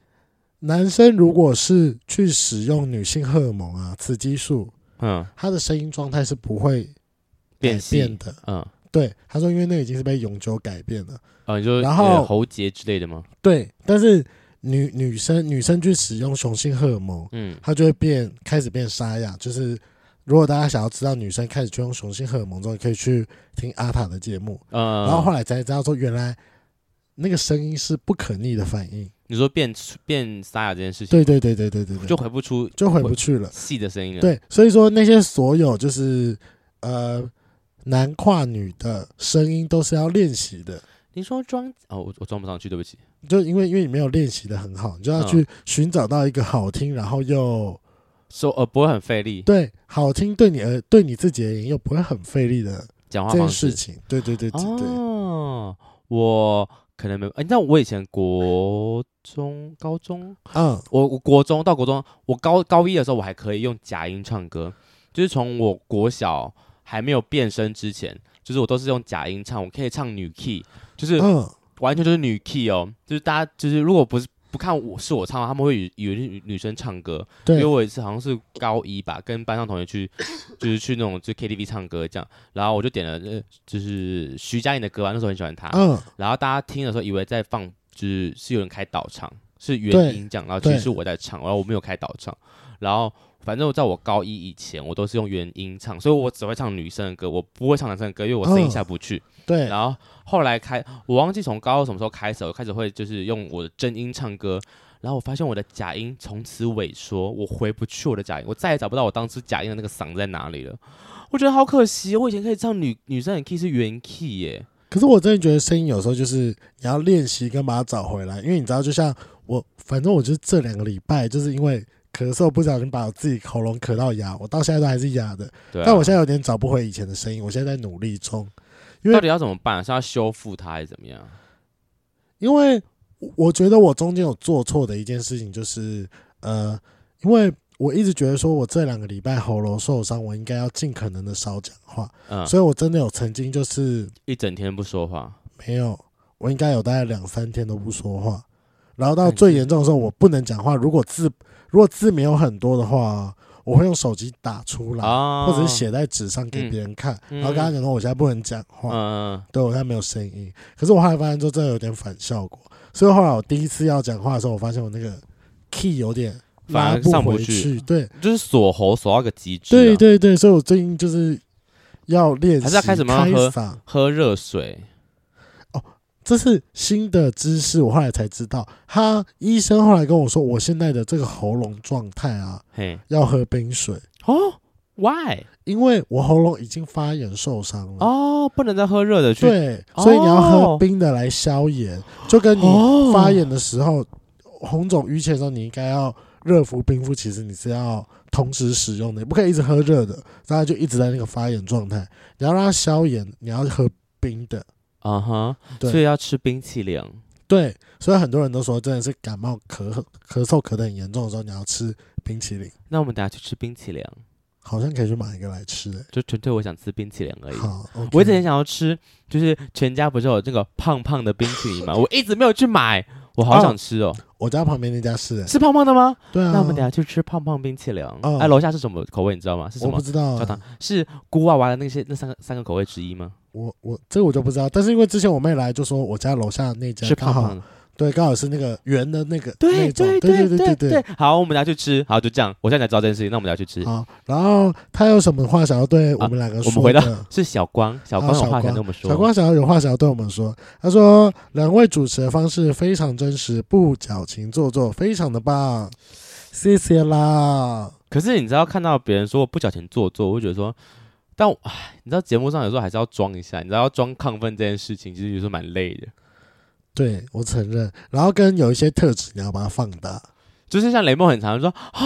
[SPEAKER 1] 男生如果是去使用女性荷尔蒙啊、雌激素，
[SPEAKER 2] 嗯，
[SPEAKER 1] 他的声音状态是不会改
[SPEAKER 2] 变性
[SPEAKER 1] 变的。
[SPEAKER 2] 嗯，
[SPEAKER 1] 对，他说因为那已经是被永久改变了。
[SPEAKER 2] 啊，你说
[SPEAKER 1] 然后
[SPEAKER 2] 呃喉结之类的吗？
[SPEAKER 1] 对，但是女女生女生去使用雄性荷尔蒙，
[SPEAKER 2] 嗯，
[SPEAKER 1] 她就会变开始变沙哑。就是如果大家想要知道女生开始去用雄性荷尔蒙之后，你可以去听阿塔的节目，
[SPEAKER 2] 呃，
[SPEAKER 1] 然后后来才知道说原来那个声音是不可逆的反应。
[SPEAKER 2] 你说变变沙哑这件事情，
[SPEAKER 1] 对对对对对对对，
[SPEAKER 2] 就回不出
[SPEAKER 1] 就回不去了。
[SPEAKER 2] 细的声音了。，
[SPEAKER 1] 对，所以说那些所有就是呃男跨女的声音都是要练习的。
[SPEAKER 2] 你说装哦，我我装不上去，对不起。
[SPEAKER 1] 就因为因为你没有练习的很好，你就要
[SPEAKER 2] 嗯
[SPEAKER 1] 去寻找到一个好听，然后又
[SPEAKER 2] 说呃不会很费力，
[SPEAKER 1] 对好听对你而对你自己而言又不会很费力的
[SPEAKER 2] 讲话
[SPEAKER 1] 这件
[SPEAKER 2] 方
[SPEAKER 1] 事
[SPEAKER 2] 式。
[SPEAKER 1] 情。对对对对对，
[SPEAKER 2] 哦，我可能没有，哎，你知道我以前国中、高中，
[SPEAKER 1] 嗯，
[SPEAKER 2] 我我国中到国中，我高高一的时候我还可以用假音唱歌，就是从我国小还没有变声之前，就是我都是用假音唱，我可以唱女 key，就是
[SPEAKER 1] 嗯，
[SPEAKER 2] 完全就是女 key 哦，就是大家就是如果不是不看我是我唱，他们会以以为是女女生唱歌，因为
[SPEAKER 1] 对，
[SPEAKER 2] 我也是好像是高一吧，跟班上同学去， 就是去那种就 KTV 唱歌这样，然后我就点了呃就是徐佳莹的歌吧，那时候很喜欢她，
[SPEAKER 1] 嗯，
[SPEAKER 2] 然后大家听的时候以为在放，就是是有人开导唱，是
[SPEAKER 1] 对
[SPEAKER 2] 原音这样，然后其实
[SPEAKER 1] 对
[SPEAKER 2] 是我在唱，然后我没有开导唱，然后反正我在我高一以前我都是用原音唱，所以我只会唱女生的歌，我不会唱男生的歌，因为我声音
[SPEAKER 1] 嗯
[SPEAKER 2] 下不去。
[SPEAKER 1] 对，
[SPEAKER 2] 然后后来开，我忘记从高二什么时候开始，我开始会就是用我的真音唱歌，然后我发现我的假音从此萎缩，我回不去我的假音，我再也找不到我当初假音的那个嗓子在哪里了。我觉得好可惜哦，我以前可以唱女女生的 key 是原 key 耶，
[SPEAKER 1] 可是我真的觉得声音有时候就是你要练习跟把它找回来，因为你知道，就像我，反正我就是这两个礼拜就是因为咳嗽，不小心把我自己喉咙咳到哑，我到现在都还是哑的，
[SPEAKER 2] 对、啊。
[SPEAKER 1] 但我现在有点找不回以前的声音，我现在在努力中。因为
[SPEAKER 2] 到底要怎么办、是要修复它还是怎么样？
[SPEAKER 1] 因为我我觉得我中间有做错的一件事情就是，呃，因为我一直觉得说我这两个礼拜喉咙受伤，我应该要尽可能的少讲话，
[SPEAKER 2] 嗯，
[SPEAKER 1] 所以我真的有曾经就是
[SPEAKER 2] 一整天不说话，
[SPEAKER 1] 没有，我应该有大概两三天都不说话，然
[SPEAKER 2] 那
[SPEAKER 1] 后到
[SPEAKER 2] 你是
[SPEAKER 1] 最严重的时候我不能讲话，如果字如果字没有很多的话，我会用手机打出来，
[SPEAKER 2] 啊，
[SPEAKER 1] 或者是写在纸上给
[SPEAKER 2] 嗯
[SPEAKER 1] 别人看，
[SPEAKER 2] 嗯
[SPEAKER 1] 然后跟他讲说我现在不能讲话，
[SPEAKER 2] 嗯，
[SPEAKER 1] 对我现在没有声音。可是我后来发现，说真的有点反效果，所以后来我第一次要讲话的时候，我发现我那个 key 有点
[SPEAKER 2] 反
[SPEAKER 1] 拉
[SPEAKER 2] 而上不
[SPEAKER 1] 回
[SPEAKER 2] 去
[SPEAKER 1] 去。对
[SPEAKER 2] 嗯就是锁喉锁到一个极致、啊。
[SPEAKER 1] 对，对对，所以我最近就是要练习，
[SPEAKER 2] 还是要开始慢慢
[SPEAKER 1] 开
[SPEAKER 2] 喝
[SPEAKER 1] 嗓。
[SPEAKER 2] 喝热水。
[SPEAKER 1] 这是新的知识，我后来才知道，他医生后来跟我说，我现在的这个喉咙状态啊，
[SPEAKER 2] 嘿，
[SPEAKER 1] 要喝冰水，
[SPEAKER 2] 哦，why？
[SPEAKER 1] 因为我喉咙已经发炎受伤了。
[SPEAKER 2] 哦，不能再喝热的去。
[SPEAKER 1] 嗯对，所以你要喝
[SPEAKER 2] 哦
[SPEAKER 1] 冰的来消炎，就跟你
[SPEAKER 2] 哦
[SPEAKER 1] 发炎的时候，红肿淤青的时候，你应该要热敷、冰敷，其实你是要同时使用的，你不可以一直喝热的，然后就一直在那个发炎状态。你要让它消炎，你要喝冰的。
[SPEAKER 2] 啊哈、
[SPEAKER 1] 对
[SPEAKER 2] 所以要吃冰淇淋。
[SPEAKER 1] 对，所以很多人都说，真的是感冒、咳咳嗽、咳得很严重的时候，你要吃冰淇淋，
[SPEAKER 2] 那我们等下去吃冰淇淋，
[SPEAKER 1] 好像可以去买一个来吃、欸。
[SPEAKER 2] 就纯粹我想吃冰淇淋而已。
[SPEAKER 1] 好，OK，
[SPEAKER 2] 我一直很想要吃，就是全家不是有这个胖胖的冰淇淋 吗？我一直没有去买，我好想吃哦。
[SPEAKER 1] 我家旁边那家是、欸，
[SPEAKER 2] 是胖胖的吗？
[SPEAKER 1] 对啊，
[SPEAKER 2] 那我们等下去吃胖胖冰淇淋。
[SPEAKER 1] 嗯
[SPEAKER 2] 哎，楼下是什么口味你知道吗？是什
[SPEAKER 1] 我不
[SPEAKER 2] 么？
[SPEAKER 1] 知道、
[SPEAKER 2] 教
[SPEAKER 1] 欸
[SPEAKER 2] 堂，是古娃娃的那些那三个三个口味之一吗？
[SPEAKER 1] 我我这个我就不知道，但是因为之前我妹来就说我家楼下那家
[SPEAKER 2] 是
[SPEAKER 1] 刚
[SPEAKER 2] 胖
[SPEAKER 1] 好
[SPEAKER 2] 胖的。
[SPEAKER 1] 对，刚好是那个圆的那个
[SPEAKER 2] 对
[SPEAKER 1] 那种，对
[SPEAKER 2] 对对
[SPEAKER 1] 对对。
[SPEAKER 2] 好，我们等下去吃。好，就这样。我现在才知道这件事情，那我们等下去吃。
[SPEAKER 1] 好，然后他有什么话想要对啊我们两个说、的
[SPEAKER 2] 我们回到是小光，小光有
[SPEAKER 1] 小
[SPEAKER 2] 话
[SPEAKER 1] 光
[SPEAKER 2] 想跟我们说。
[SPEAKER 1] 小光想要有话想要对我们说，他说两位主持的方式非常真实，不矫情做作，非常的棒，谢谢啦。
[SPEAKER 2] 可是你知道，看到别人说我不小心做作，我会觉得说，但我唉，你知道节目上有时候还是要装一下，你知道要装亢奋这件事情，其实有时候蛮累的。
[SPEAKER 1] 对我承认，然后跟有一些特质你要把它放 大，
[SPEAKER 2] 就是像雷梦很常说啊，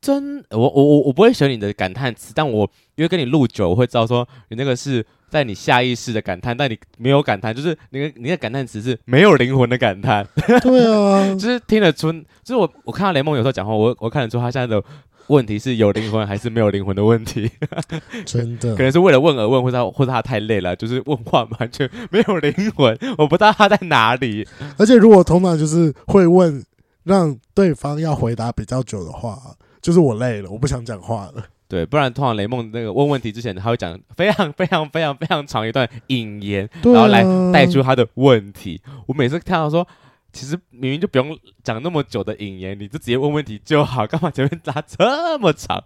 [SPEAKER 2] 真我我我我不会选你的感叹词，但我因为跟你录久，我会知道说你那个是在你下意识的感叹，但你没有感叹，就是你的你的感叹词是没有灵魂的感叹，
[SPEAKER 1] 对啊
[SPEAKER 2] 就，是听得出，就是我我看到雷梦有时候讲话，我我看得出他现在的。问题是有灵魂还是没有灵魂的问题，
[SPEAKER 1] 真 的
[SPEAKER 2] 可，能是为了问而问，或者他或者他太累了，就是问话完全没有灵魂，我不知道他在哪里。
[SPEAKER 1] 而且如果通常就是会问，让对方要回答比较久的话，就是我累了，我不想讲话了。
[SPEAKER 2] 对，不然通常雷梦那个问问题之前，他会讲非常非常非常非常长一段引言，
[SPEAKER 1] 对
[SPEAKER 2] 然
[SPEAKER 1] 啊
[SPEAKER 2] 后来带出他的问题。我每次看到说，其实明明就不用讲那么久的引言，你就直接问问题就好，干嘛前面拉这么长？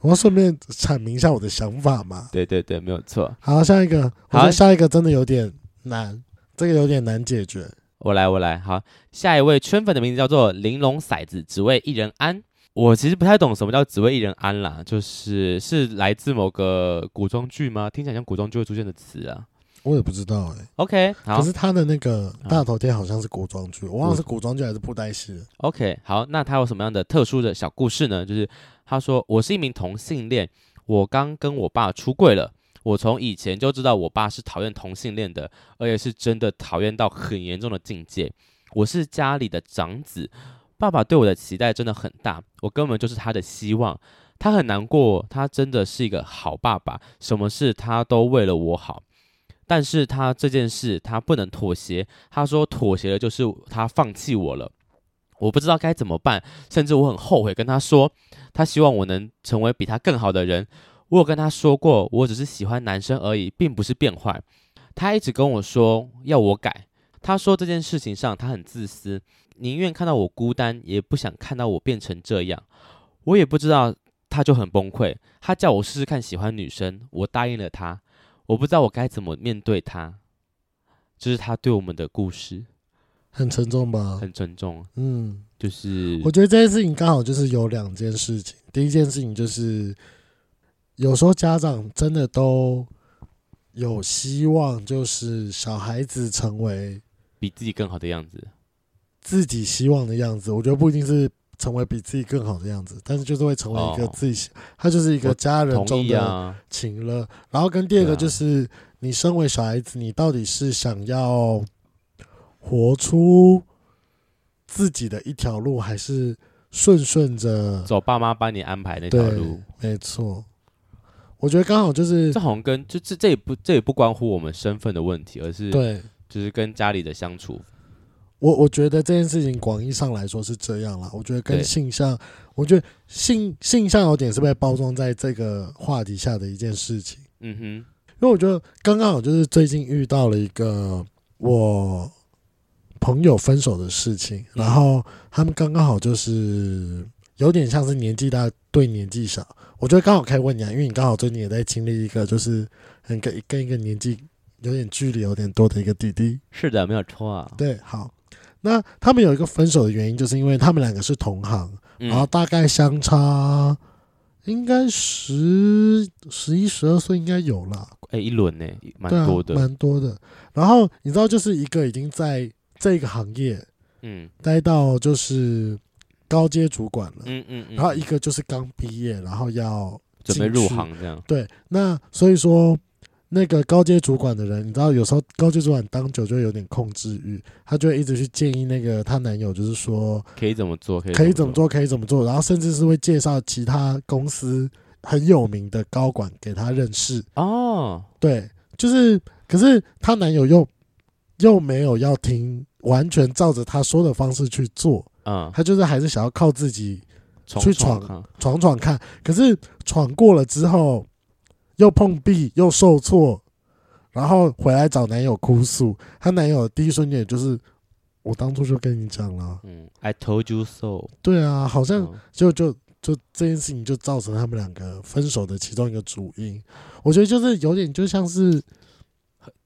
[SPEAKER 1] 我要顺便阐明一下我的想法嘛。
[SPEAKER 2] 对对对，没有错。
[SPEAKER 1] 好，下一个，
[SPEAKER 2] 好
[SPEAKER 1] 我觉得下一个真的有点难，这个有点难解决。
[SPEAKER 2] 我来，我来。好，下一位圈粉的名字叫做玲珑骰子，只为一人安。我其实不太懂什么叫只为一人安啦，就是是来自某个古装剧吗？听起来像古装剧会出现的词啊。
[SPEAKER 1] 我也不知道哎、
[SPEAKER 2] OK，好嗯
[SPEAKER 1] 可是他的那个
[SPEAKER 2] 好
[SPEAKER 1] 大头贴好像是古装剧，我忘了是古装剧还是布袋戏了。
[SPEAKER 2] ，OK，好，那他有什么样的特殊的小故事呢？就是他说我是一名同性恋，我刚跟我爸出柜了。我从以前就知道我爸是讨厌同性恋的，而且是真的讨厌到很严重的境界。我是家里的长子，爸爸对我的期待真的很大，我根本就是他的希望。他很难过，他真的是一个好爸爸，什么事他都为了我好。但是他这件事他不能妥协，他说妥协了就是他放弃我了。我不知道该怎么办，甚至我很后悔跟他说，他希望我能成为比他更好的人。我有跟他说过，我只是喜欢男生而已，并不是变坏。他一直跟我说要我改，他说这件事情上他很自私，宁愿看到我孤单，也不想看到我变成这样。我也不知道，他就很崩溃。他叫我试试看喜欢女生，我答应了他。我不知道我该怎么面对他，这、是他对我们的故事，
[SPEAKER 1] 很沉重吧？
[SPEAKER 2] 很沉重。啊
[SPEAKER 1] 嗯，
[SPEAKER 2] 就是
[SPEAKER 1] 我觉得这件事情刚好就是有两件事情。第一件事情就是，有时候家长真的都有希望，就是小孩子成为
[SPEAKER 2] 比自己更好的样子。
[SPEAKER 1] 自己希望的样子，我觉得不一定是成为比自己更好的样子，但是就是会成为一个
[SPEAKER 2] 哦
[SPEAKER 1] 自己喜，他就是一个家人
[SPEAKER 2] 同
[SPEAKER 1] 中
[SPEAKER 2] 意
[SPEAKER 1] 的
[SPEAKER 2] 啊，
[SPEAKER 1] 情了。然后跟第二
[SPEAKER 2] 对
[SPEAKER 1] 个
[SPEAKER 2] 啊
[SPEAKER 1] 就是，你身为小孩子，你到底是想要活出自己的一条路，还是顺顺着？
[SPEAKER 2] 走爸妈帮你安排那条
[SPEAKER 1] 呃对
[SPEAKER 2] 路。，
[SPEAKER 1] 没错。我觉得刚好就是
[SPEAKER 2] 这好像跟就这这也不这也不关乎我们身份的问题，而是
[SPEAKER 1] 对
[SPEAKER 2] 就是跟家里的相处。
[SPEAKER 1] 我，我觉得这件事情广义上来说是这样啦。我觉得跟
[SPEAKER 2] 对
[SPEAKER 1] 性向，我觉得性性向有点是被包装在这个话题下的一件事情。
[SPEAKER 2] 嗯
[SPEAKER 1] 因为我觉得刚刚好就是最近遇到了一个我朋友分手的事情，
[SPEAKER 2] 嗯
[SPEAKER 1] 然后他们刚刚好就是呃有点像是年纪大对年纪小，我觉得刚好可以问你啊，因为你刚好最近也在经历一个就是很跟跟一个年纪有点距离有点多的一个弟弟。
[SPEAKER 2] 是的，没有错啊。
[SPEAKER 1] 对，好，那他们有一个分手的原因，就是因为他们两个是同行，然后
[SPEAKER 2] 嗯，
[SPEAKER 1] 大概相差应该十十一十二岁应该有啦，
[SPEAKER 2] 哎，一轮呢，蛮
[SPEAKER 1] 对啊
[SPEAKER 2] 多的。
[SPEAKER 1] 蛮多的。然后你知道，就是一个已经在这个行业
[SPEAKER 2] 嗯
[SPEAKER 1] 待到就是高阶主管了，
[SPEAKER 2] 嗯嗯嗯。
[SPEAKER 1] 然后一个就是刚毕业，然后要
[SPEAKER 2] 准备入
[SPEAKER 1] 进去
[SPEAKER 2] 行这样。
[SPEAKER 1] 对，那所以说，那个高阶主管的人，你知道，有时候高阶主管当久就会有点控制欲，她就会一直去建议那个她男友，就是说
[SPEAKER 2] 可以怎么做？可以
[SPEAKER 1] 可以怎么？做，可以怎么做，然后甚至是会介绍其他公司很有名的高管给她认识。
[SPEAKER 2] 哦，
[SPEAKER 1] 对，就是，可是她男友又又没有要听，完全照着她说的方式去做，
[SPEAKER 2] 嗯，
[SPEAKER 1] 她就是还是想要靠自己
[SPEAKER 2] 重
[SPEAKER 1] 去
[SPEAKER 2] 创
[SPEAKER 1] 闯
[SPEAKER 2] 啊
[SPEAKER 1] 闯闯看。可是闯过了之后，又碰壁，又受挫，然后回来找男友哭诉。她男友的第一瞬间也就是，我当初就跟你讲了，
[SPEAKER 2] 嗯，I told you so。
[SPEAKER 1] 对啊，好像
[SPEAKER 2] 嗯
[SPEAKER 1] 就就就这件事情就造成他们两个分手的其中一个主因。我觉得就是有点就像是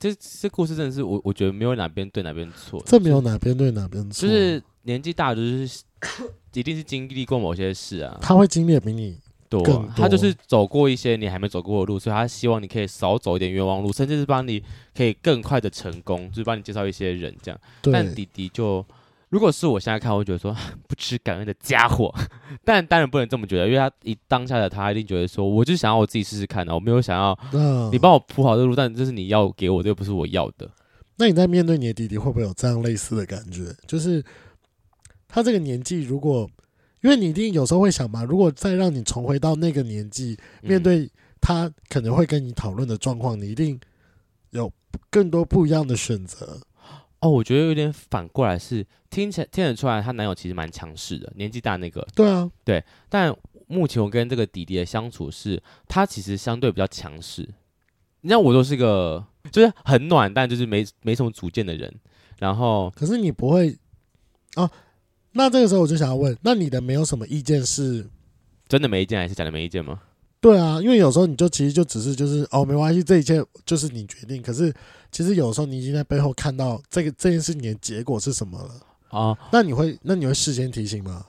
[SPEAKER 2] 这这故事真的是我，我觉得没有哪边对哪边错，
[SPEAKER 1] 这没有哪边对哪边错，
[SPEAKER 2] 就是年纪大，就是 一定是经历过某些事啊，
[SPEAKER 1] 他会经历的比你
[SPEAKER 2] 多
[SPEAKER 1] 更多
[SPEAKER 2] 啊，他就是走过一些你还没走过的路，所以他希望你可以少走一点冤枉路，甚至是帮你可以更快的成功，就是帮你介绍一些人这样。但
[SPEAKER 1] 对
[SPEAKER 2] 弟弟就，如果是我现在看，我会觉得说 不知感恩的家伙，但当然不能这么觉得，因为他一当下的他一定觉得说，我就想要我自己试试看啊的、我没有想要
[SPEAKER 1] 那
[SPEAKER 2] 你帮我铺好这个路，但这是你要给我的，这又不是我要的。
[SPEAKER 1] 那你在面对你的弟弟，会不会有这样类似的感觉？就是他这个年纪，如果因为你一定有时候会想嘛，如果再让你重回到那个年纪，
[SPEAKER 2] 嗯
[SPEAKER 1] 面对他可能会跟你讨论的状况，你一定有更多不一样的选择。
[SPEAKER 2] 哦，我觉得有点反过来是听起来听得出来，她男友其实蛮强势的，年纪大那个。
[SPEAKER 1] 对啊，
[SPEAKER 2] 但目前我跟这个弟弟的相处是，他其实相对比较强势。你看我都是个就是很暖，但就是没没什么主见的人。然后
[SPEAKER 1] 可是你不会啊。那这个时候我就想要问，那你的没有什么意见是？
[SPEAKER 2] 真的没意见还是假的没意见吗？
[SPEAKER 1] 对啊，因为有时候你就其实就只是就是哦，没关系，这一切就是你决定。可是其实有时候你已经在背后看到这个这件事情的结果是什么了。
[SPEAKER 2] 啊、
[SPEAKER 1] 那你会那你会事先提醒吗？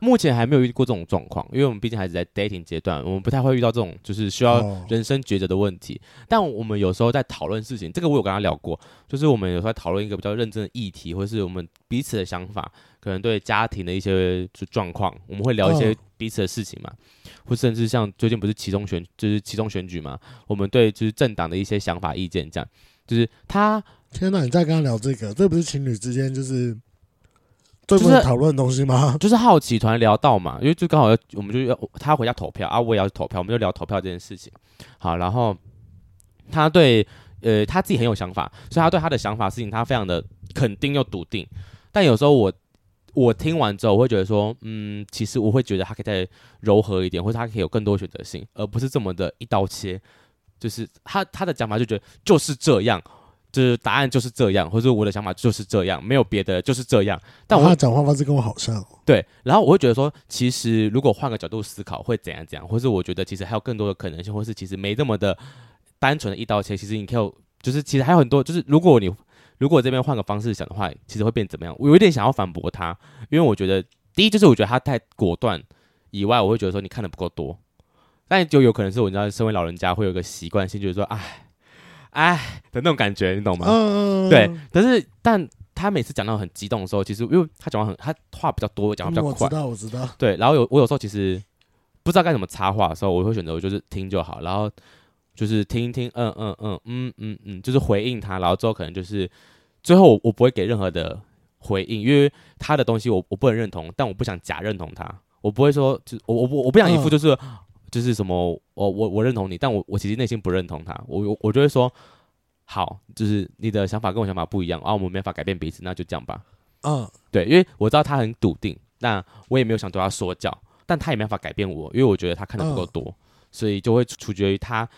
[SPEAKER 2] 目前还没有遇过这种状况，因为我们毕竟还是在 dating 阶段，我们不太会遇到这种就是需要
[SPEAKER 1] 哦
[SPEAKER 2] 人生抉择的问题。但我们有时候在讨论事情，这个我有跟他聊过，就是我们有时候在讨论一个比较认真的议题，或是我们彼此的想法，可能对家庭的一些就状况，我们会聊一些
[SPEAKER 1] 嗯
[SPEAKER 2] 彼此的事情嘛，或甚至像最近不是期中选，就是期中选举嘛，我们对就是政党的一些想法意见这样，就是他
[SPEAKER 1] 天哪，你在跟他聊这个，这不是情侣之间就是最
[SPEAKER 2] 是
[SPEAKER 1] 不能讨论的东西吗？
[SPEAKER 2] 就是好奇团聊到嘛，因为就刚好要我们就要他回家投票啊，我也要去投票，我们就聊投票这件事情。好，然后他对呃他自己很有想法，所以他对他的想法事情他非常的肯定又笃定。但有时候我我听完之后，我会觉得说，嗯，其实我会觉得他可以再柔和一点，或者他可以有更多选择性，而不是这么的一刀切。就是他他的讲法就觉得就是这样，就是答案就是这样，或者我的想法就是这样，没有别的，就是这样。但我
[SPEAKER 1] 哦他讲话方式跟我好像哦，
[SPEAKER 2] 对，然后我会觉得说，其实如果换个角度思考，会怎样怎样，或是我觉得其实还有更多的可能性，或是其实没那么的单纯的一刀切，其实你可以有，就是其实还有很多，就是如果你如果这边换个方式想的话，其实会变怎么样？我有一点想要反驳他，因为我觉得第一就是我觉得他太果断，以外我会觉得说你看的不够多，但就有可能是我你知道，身为老人家会有一个习惯性，就是说哎哎的那种感觉，你懂吗？
[SPEAKER 1] 嗯，
[SPEAKER 2] 对，但是但他每次讲到很激动的时候，其实因为他讲话很，他话比较多，讲话比
[SPEAKER 1] 嗯，
[SPEAKER 2] 较
[SPEAKER 1] 我
[SPEAKER 2] 快
[SPEAKER 1] 知，道，我知道，
[SPEAKER 2] 对。然后有我有时候其实不知道该怎么插话的时候，我会选择我就是听就好，然后就是听一听，嗯嗯嗯嗯嗯嗯，就是回应他，然后之后可能就是最后我我不会给任何的回应，因为他的东西我我不能认同，但我不想假认同他，我不会说就我我不我不想一副
[SPEAKER 1] 嗯
[SPEAKER 2] 就是、就是什么我我我认同你，但我我其实内心不认同他，我我我就会说。好，就是你的想法跟我想法不一样啊，我们没法改变彼此，那就这样吧。
[SPEAKER 1] 嗯，
[SPEAKER 2] 对，因为我知道他很笃定，那我也没有想对他说教，但他也没办法改变我，因为我觉得他看的不
[SPEAKER 1] 嗯
[SPEAKER 2] 够多，所以就会取决于他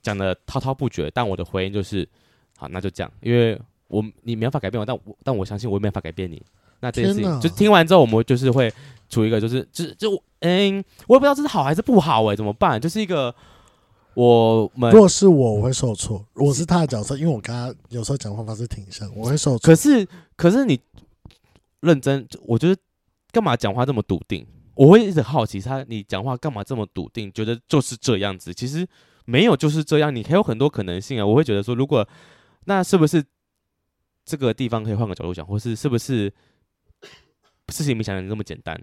[SPEAKER 2] 讲的滔滔不绝，但我的回应就是好，那就这样，因为我你没办法改变我，但我但我相信我也没办法改变你。那这件事
[SPEAKER 1] 天哪
[SPEAKER 2] 情就听完之后，我们就是会欸处于一个就是就是就嗯，我也不知道这是好还是不好哎、怎么办？就是一个我们
[SPEAKER 1] 如果是我，我会受挫。我是他的角色，因为我跟他有时候讲话方式挺像，我会受挫。
[SPEAKER 2] 可是可是你认真，我觉得干嘛讲话这么笃定？我会一直好奇他，你讲话干嘛这么笃定？觉得就是这样子，其实没有就是这样，你还有很多可能性啊。我会觉得说，如果那是不是这个地方可以换个角度想，或是是不是事情没想象那么简单？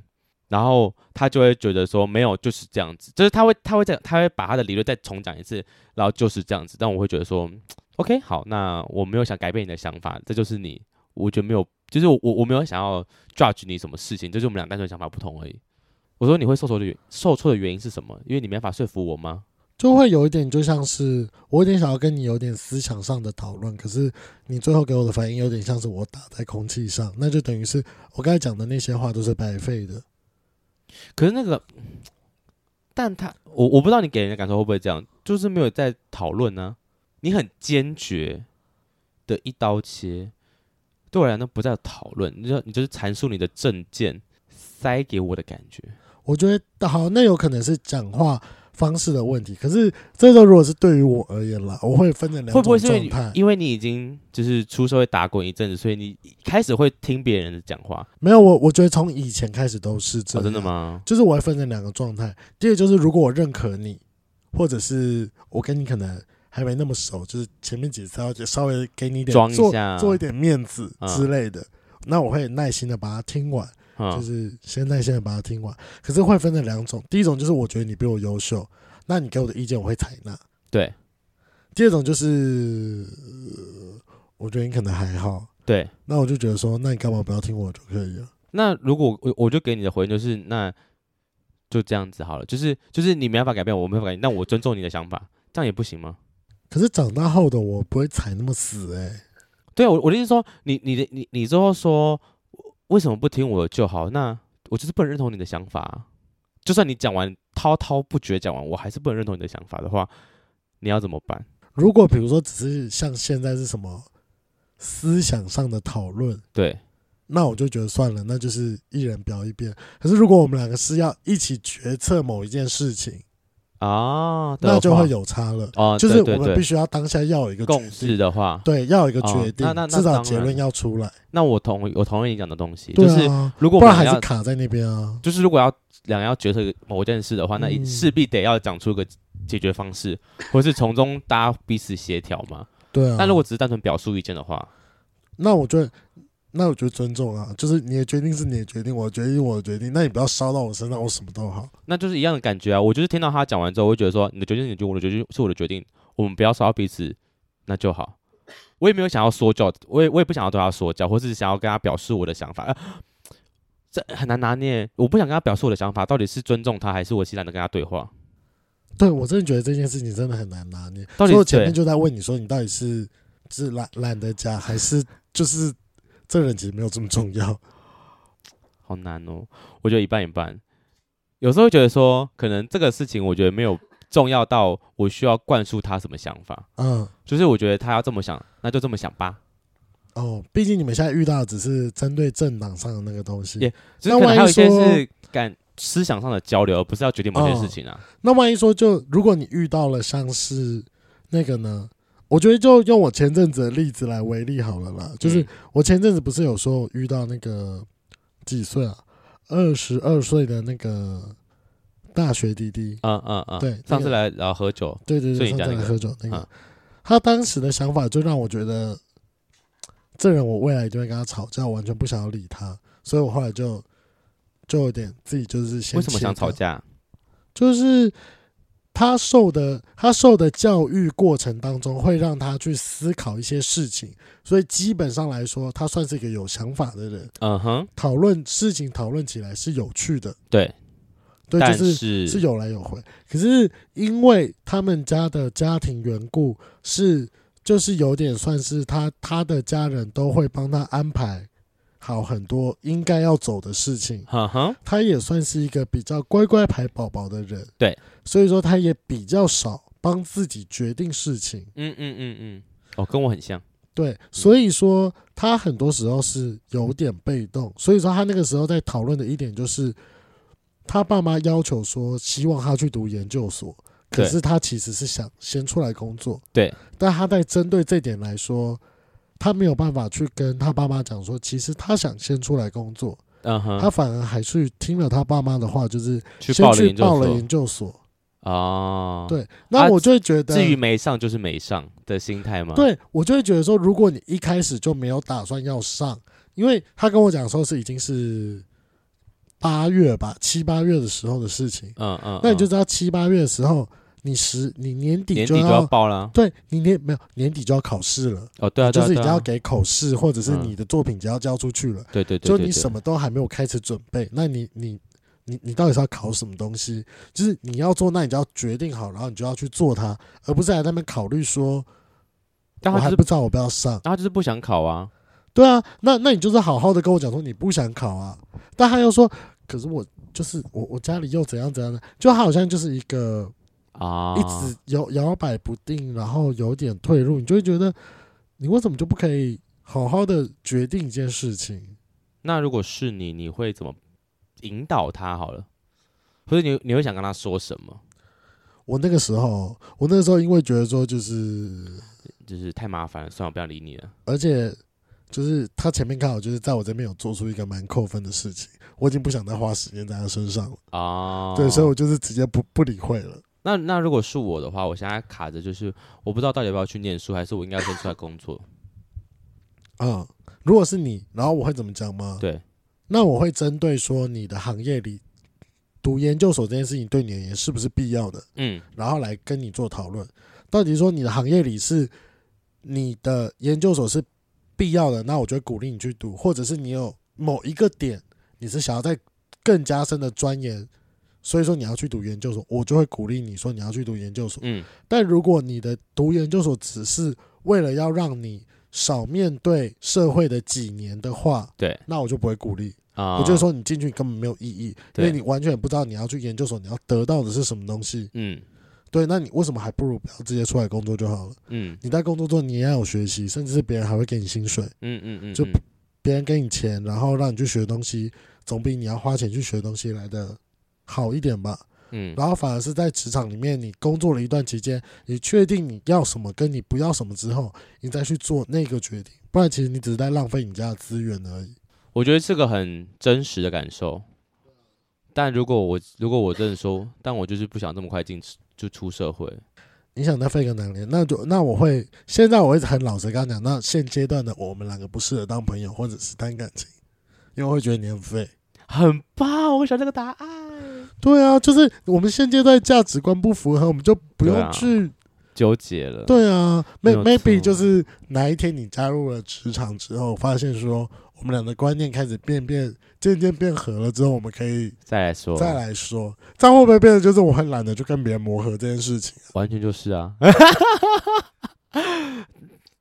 [SPEAKER 2] 然后他就会觉得说没有就是这样子，就是他会他会再他会把他的理论再重讲一次，然后就是这样子。但我会觉得说嗯，OK，好，那我没有想改变你的想法，这就是你，我觉得没有，就是我我我没有想要 judge 你什么事情，就是我们俩单纯想法不同而已。我说你会受挫的原受挫的原因是什么？因为你没办法说服我吗？
[SPEAKER 1] 就会有一点，就像是我有点想要跟你有点思想上的讨论，可是你最后给我的反应有点像是我打在空气上，那就等于是我刚才讲的那些话都是白费的。
[SPEAKER 2] 可是那个，但他我我不知道你给人的感受会不会这样，就是没有在讨论呢、你很坚决的一刀切，对我来讲那不在讨论，你就你就是阐述你的证件塞给我的感觉。
[SPEAKER 1] 我觉得好，那有可能是讲话方式的问题。可是这个如果是对于我而言啦，我会分成
[SPEAKER 2] 会
[SPEAKER 1] 两
[SPEAKER 2] 不会
[SPEAKER 1] 种
[SPEAKER 2] 是因为
[SPEAKER 1] 状
[SPEAKER 2] 你
[SPEAKER 1] 态。
[SPEAKER 2] 因为你已经就是出社会打滚一阵子，所以你开始会听别人的讲话、
[SPEAKER 1] 没有我，我觉得从以前开始都是这
[SPEAKER 2] 哦？
[SPEAKER 1] 样。
[SPEAKER 2] 真的？吗？
[SPEAKER 1] 就是我会分成两个状态。第一个就是如果我认可你，或者是我跟你可能还没那么熟，就是前面几次要稍微给你一点
[SPEAKER 2] 装一
[SPEAKER 1] 做
[SPEAKER 2] 下
[SPEAKER 1] 做一点面子
[SPEAKER 2] 嗯
[SPEAKER 1] 之类的，那我会耐心的把它听完。就
[SPEAKER 2] 嗯，
[SPEAKER 1] 是先耐心的把它听完。可是会分成两种，第一种就是我觉得你比我优秀，那你给我的意见我会采纳。
[SPEAKER 2] 对
[SPEAKER 1] 第二种就是、呃我觉得你可能还好，
[SPEAKER 2] 对。
[SPEAKER 1] 那我就觉得说，那你干嘛不要听我就可以了？
[SPEAKER 2] 那如果我我就给你的回应就是，那就这样子好了，就是就是你没办法改变我，我没办法改变，但我尊重你的想法，这样也不行吗？
[SPEAKER 1] 可是长大后的我不会踩那么死哎、欸
[SPEAKER 2] 对啊，我我的意思是说，你你的你你最后说为什么不听我的就好？那我就是不能认同你的想法啊、就算你讲完滔滔不绝讲完，我还是不能认同你的想法的话，你要怎么办？
[SPEAKER 1] 如果比如说只是像现在是什么思想上的讨论，
[SPEAKER 2] 对，
[SPEAKER 1] 那我就觉得算了，那就是一人表一边。可是如果我们两个是要一起决策某一件事情，
[SPEAKER 2] 啊，
[SPEAKER 1] 那就会
[SPEAKER 2] 有
[SPEAKER 1] 有差了。
[SPEAKER 2] 哦，
[SPEAKER 1] 就是
[SPEAKER 2] 对
[SPEAKER 1] 我
[SPEAKER 2] 对
[SPEAKER 1] 们
[SPEAKER 2] 对
[SPEAKER 1] 必须要当下要有一个
[SPEAKER 2] 共
[SPEAKER 1] 决
[SPEAKER 2] 识
[SPEAKER 1] 定，
[SPEAKER 2] 的话，
[SPEAKER 1] 对，要有一个决定，
[SPEAKER 2] 哦那那那
[SPEAKER 1] 至
[SPEAKER 2] 当
[SPEAKER 1] 少
[SPEAKER 2] 然
[SPEAKER 1] 结论要出来。
[SPEAKER 2] 那我同我同意你讲的东西，
[SPEAKER 1] 对
[SPEAKER 2] 就是
[SPEAKER 1] 啊，
[SPEAKER 2] 如果
[SPEAKER 1] 不
[SPEAKER 2] 我
[SPEAKER 1] 然
[SPEAKER 2] 们
[SPEAKER 1] 还
[SPEAKER 2] 要
[SPEAKER 1] 是卡在那边啊。
[SPEAKER 2] 就是如果要两个要决策某件事的话，那一
[SPEAKER 1] 嗯
[SPEAKER 2] 势必得要讲出个解决方式，或是从中大家彼此协调嘛。
[SPEAKER 1] 对啊，
[SPEAKER 2] 但如果只是单纯表述意见的话，
[SPEAKER 1] 那我觉得，那我觉得尊重啊，就是你的决定是你的决定，我的决定我的决定，那你不要烧到我身上，我什么都好。
[SPEAKER 2] 那就是一样的感觉啊。我就是听到他讲完之后，我会觉得说，你的决定是你的决定，我的决定是我的决定，我们不要伤到彼此，那就好。我也没有想要说教，我也我也不想要对他说教，或是想要跟他表示我的想法。呃这很难拿捏，我不想跟他表示我的想法，到底是尊重他，还是我欣然的跟他对话？
[SPEAKER 1] 对我真的觉得这件事情真的很难拿捏。
[SPEAKER 2] 到底
[SPEAKER 1] 所以我前面
[SPEAKER 2] 对
[SPEAKER 1] 就在问你说，你到底是是懒懒得讲，还是就是这人其实没有这么重要？
[SPEAKER 2] 好难哦，我觉得一半一半。有时候会觉得说，可能这个事情我觉得没有重要到我需要灌输他什么想法，
[SPEAKER 1] 嗯，
[SPEAKER 2] 就是我觉得他要这么想，那就这么想吧。
[SPEAKER 1] 哦，毕竟你们现在遇到的只是针对政党上的那个东西。
[SPEAKER 2] Yeah 只是
[SPEAKER 1] 那
[SPEAKER 2] 可能还有
[SPEAKER 1] 万
[SPEAKER 2] 一
[SPEAKER 1] 一
[SPEAKER 2] 些
[SPEAKER 1] 说哦
[SPEAKER 2] 是感思想上的交流，而不是要决定某些事情啊。
[SPEAKER 1] 那万一说就，如果你遇到了像是那个呢？我觉得就用我前阵子的例子来为例好了啦，就是
[SPEAKER 2] 嗯
[SPEAKER 1] 我前阵子不是有说我遇到那个几岁啊，二十二岁的那个大学弟弟，
[SPEAKER 2] 嗯嗯嗯，
[SPEAKER 1] 对
[SPEAKER 2] 上
[SPEAKER 1] 那
[SPEAKER 2] 次
[SPEAKER 1] 个
[SPEAKER 2] 来然后喝酒，
[SPEAKER 1] 对对
[SPEAKER 2] 所以
[SPEAKER 1] 对，
[SPEAKER 2] 你
[SPEAKER 1] 上
[SPEAKER 2] 讲
[SPEAKER 1] 次
[SPEAKER 2] 那
[SPEAKER 1] 来
[SPEAKER 2] 个
[SPEAKER 1] 喝酒那
[SPEAKER 2] 嗯
[SPEAKER 1] 个，他当时的想法就让我觉得，这人我未来一定会跟他吵架，我完全不想要理他，所以我后来就就有点自己就是先
[SPEAKER 2] 为什么想
[SPEAKER 1] 切掉
[SPEAKER 2] 吵架？
[SPEAKER 1] 就是他受的他受的教育过程当中，会让他去思考一些事情，所以基本上来说，他算是一个有想法的人。
[SPEAKER 2] 嗯哼，
[SPEAKER 1] 讨论事情讨论起来是有趣的，
[SPEAKER 2] 对，
[SPEAKER 1] 对，
[SPEAKER 2] 但
[SPEAKER 1] 就是
[SPEAKER 2] 是
[SPEAKER 1] 是有来有回。可是因为他们家的家庭缘故，是就是有点算是他他的家人都会帮他安排好很多应该要走的事情，
[SPEAKER 2] 嗯哼，
[SPEAKER 1] 他也算是一个比较乖乖牌宝宝的人，
[SPEAKER 2] 对，
[SPEAKER 1] 所以说他也比较少帮自己决定事情，
[SPEAKER 2] 嗯嗯嗯嗯，哦，跟我很像。嗯
[SPEAKER 1] 对，所以说他很多时候是有点被动，所以说他那个时候在讨论的一点就是，他爸妈要求说希望他去读研究所，可
[SPEAKER 2] 对
[SPEAKER 1] 是他其实是想先出来工作。
[SPEAKER 2] 对，
[SPEAKER 1] 但他在针对这点来说，他没有办法去跟他爸妈讲说，其实他想先出来工作，
[SPEAKER 2] 嗯
[SPEAKER 1] 他
[SPEAKER 2] 哼，
[SPEAKER 1] 反而还去听了他爸妈的话，就是
[SPEAKER 2] 去
[SPEAKER 1] 先
[SPEAKER 2] 报了
[SPEAKER 1] 去
[SPEAKER 2] 研究
[SPEAKER 1] 报了
[SPEAKER 2] 所
[SPEAKER 1] 研究所。
[SPEAKER 2] 哦，
[SPEAKER 1] 对，那
[SPEAKER 2] 啊
[SPEAKER 1] 我就会觉得，
[SPEAKER 2] 至于没上就是没上的心态吗？，
[SPEAKER 1] 对我就会觉得说，如果你一开始就没有打算要上，因为他跟我讲的时候是已经是八月吧，七八月的时候的事情，
[SPEAKER 2] 嗯嗯，
[SPEAKER 1] 那你就
[SPEAKER 2] 嗯
[SPEAKER 1] 知道七八月的时候，你十你年底
[SPEAKER 2] 年
[SPEAKER 1] 就
[SPEAKER 2] 底就
[SPEAKER 1] 要
[SPEAKER 2] 要报啦。
[SPEAKER 1] 对你年没有年底就要考试了，
[SPEAKER 2] 哦，对啊，对
[SPEAKER 1] 就
[SPEAKER 2] 啊
[SPEAKER 1] 是已
[SPEAKER 2] 对
[SPEAKER 1] 经
[SPEAKER 2] 啊
[SPEAKER 1] 要给口试，或者是
[SPEAKER 2] 嗯
[SPEAKER 1] 你的作品只要交出去了，
[SPEAKER 2] 对对对，
[SPEAKER 1] 就
[SPEAKER 2] 对
[SPEAKER 1] 你什？么都还没有开始准备，那你你。你你到底是要考什么东西？就是你要做，那你就要决定好，然后你就要去做它，而不是在那边考虑说，
[SPEAKER 2] 对但
[SPEAKER 1] 我
[SPEAKER 2] 他
[SPEAKER 1] 还
[SPEAKER 2] 就是
[SPEAKER 1] 不知道我不要上。
[SPEAKER 2] 他就是不想考啊，
[SPEAKER 1] 对啊，那那你就是好好的跟我讲说你不想考啊，但他又说，可是我就是我我家里又怎样怎样的，就他好像就是一个
[SPEAKER 2] 啊，
[SPEAKER 1] 一直摇摇摆不定，然后有点退路，你就会觉得你为什么就不可以好好的决定一件事情？
[SPEAKER 2] 那如果是你，你会怎么引导他？好了，或者你你会想跟他说什么？
[SPEAKER 1] 我那个时候，我那个时候因为觉得说就是，
[SPEAKER 2] 就是太麻烦了，算了，不要理你了。
[SPEAKER 1] 而且就是他前面刚好就是在我这边有做出一个蛮扣分的事情，我已经不想再花时间在他身上了，
[SPEAKER 2] 哦，
[SPEAKER 1] 对，所以我就是直接不不理会了。
[SPEAKER 2] 那那如果是我的话，我现在卡着就是我不知道到底要不要去念书，还是我应该先出来工作。
[SPEAKER 1] 嗯，如果是你，然后我会怎么讲吗？
[SPEAKER 2] 对，
[SPEAKER 1] 那我会针对说你的行业里读研究所这件事情对你而言是不是必要的，
[SPEAKER 2] 嗯，
[SPEAKER 1] 然后来跟你做讨论。到底说你的行业里是你的研究所是必要的，那我就会鼓励你去读，或者是你有某一个点你是想要在更加深的钻研，所以说你要去读研究所，我就会鼓励你说你要去读研究所。
[SPEAKER 2] 嗯
[SPEAKER 1] 但如果你的读研究所只是为了要让你少面对社会的几年的话，
[SPEAKER 2] 对
[SPEAKER 1] 那我就不会鼓励。
[SPEAKER 2] 啊，
[SPEAKER 1] 我就，说你进去根本没有意义，因
[SPEAKER 2] 对
[SPEAKER 1] 为你完全不知道你要去研究所你要得到的是什么东西。
[SPEAKER 2] 嗯
[SPEAKER 1] 对，那你为什么还不如不要直接出来工作就好了？
[SPEAKER 2] 嗯
[SPEAKER 1] 你在工作中你也要有学习，甚至是别人还会给你薪水，
[SPEAKER 2] 嗯嗯嗯，
[SPEAKER 1] 就
[SPEAKER 2] 嗯
[SPEAKER 1] 别人给你钱，然后让你去学东西，总比你要花钱去学东西来的好一点吧。
[SPEAKER 2] 嗯
[SPEAKER 1] 然后反而是在职场里面，你工作了一段期间，你确定你要什么跟你不要什么之后，你再去做那个决定，不然其实你只是在浪费你家的资源而已。
[SPEAKER 2] 我觉得是个很真实的感受。但如果我如果我真的说，但我就是不想这么快进就出社会，
[SPEAKER 1] 你想再废个两年，那就那我会现在我会很老实跟他讲，那现阶段的我们两个不适合当朋友或者是谈感情，因为我会觉得你很废。
[SPEAKER 2] 很棒，我喜欢这个答案。
[SPEAKER 1] 对啊，就是我们现阶段价值观不符合，我们就不
[SPEAKER 2] 对
[SPEAKER 1] 用
[SPEAKER 2] 啊
[SPEAKER 1] 去。
[SPEAKER 2] 纠结了，
[SPEAKER 1] 对啊
[SPEAKER 2] 没
[SPEAKER 1] ，may
[SPEAKER 2] 有
[SPEAKER 1] maybe
[SPEAKER 2] 错
[SPEAKER 1] 就是哪一天你加入了职场之后，发现说我们俩的观念开始变变渐渐变合了之后，我们可以
[SPEAKER 2] 再来说，
[SPEAKER 1] 再来说，这样会不会变得就是我很懒得去跟别人磨合这件事情？
[SPEAKER 2] 完全就是啊。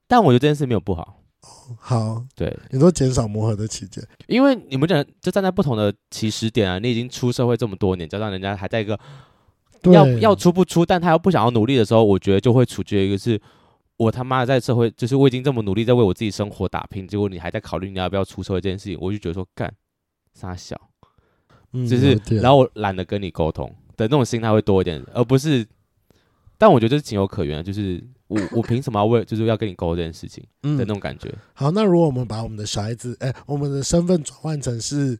[SPEAKER 2] 但我觉得这件事没有不好，
[SPEAKER 1] 哦好，
[SPEAKER 2] 对，
[SPEAKER 1] 你说减少磨合的期间，
[SPEAKER 2] 因为你们讲就站在不同的起始点啊，你已经出社会这么多年，加上人家还在一个
[SPEAKER 1] 对
[SPEAKER 2] 要要出不出，但他又不想要努力的时候，我觉得就会处于一个是。我他妈在社会，就是我已经这么努力在为我自己生活打拼，结果你还在考虑你要不要出社会这件事情，我就觉得说干傻小，
[SPEAKER 1] 嗯
[SPEAKER 2] 就
[SPEAKER 1] 有
[SPEAKER 2] 是
[SPEAKER 1] 点
[SPEAKER 2] 然后我懒得跟你沟通的那种心态会多一点，而不是，但我觉得这是情有可原的，就是 我我凭什么要为就是要跟你沟通这件事情的那
[SPEAKER 1] 嗯，
[SPEAKER 2] 种感觉？
[SPEAKER 1] 好，那如果我们把我们的小孩子，哎、我们的身份转换成是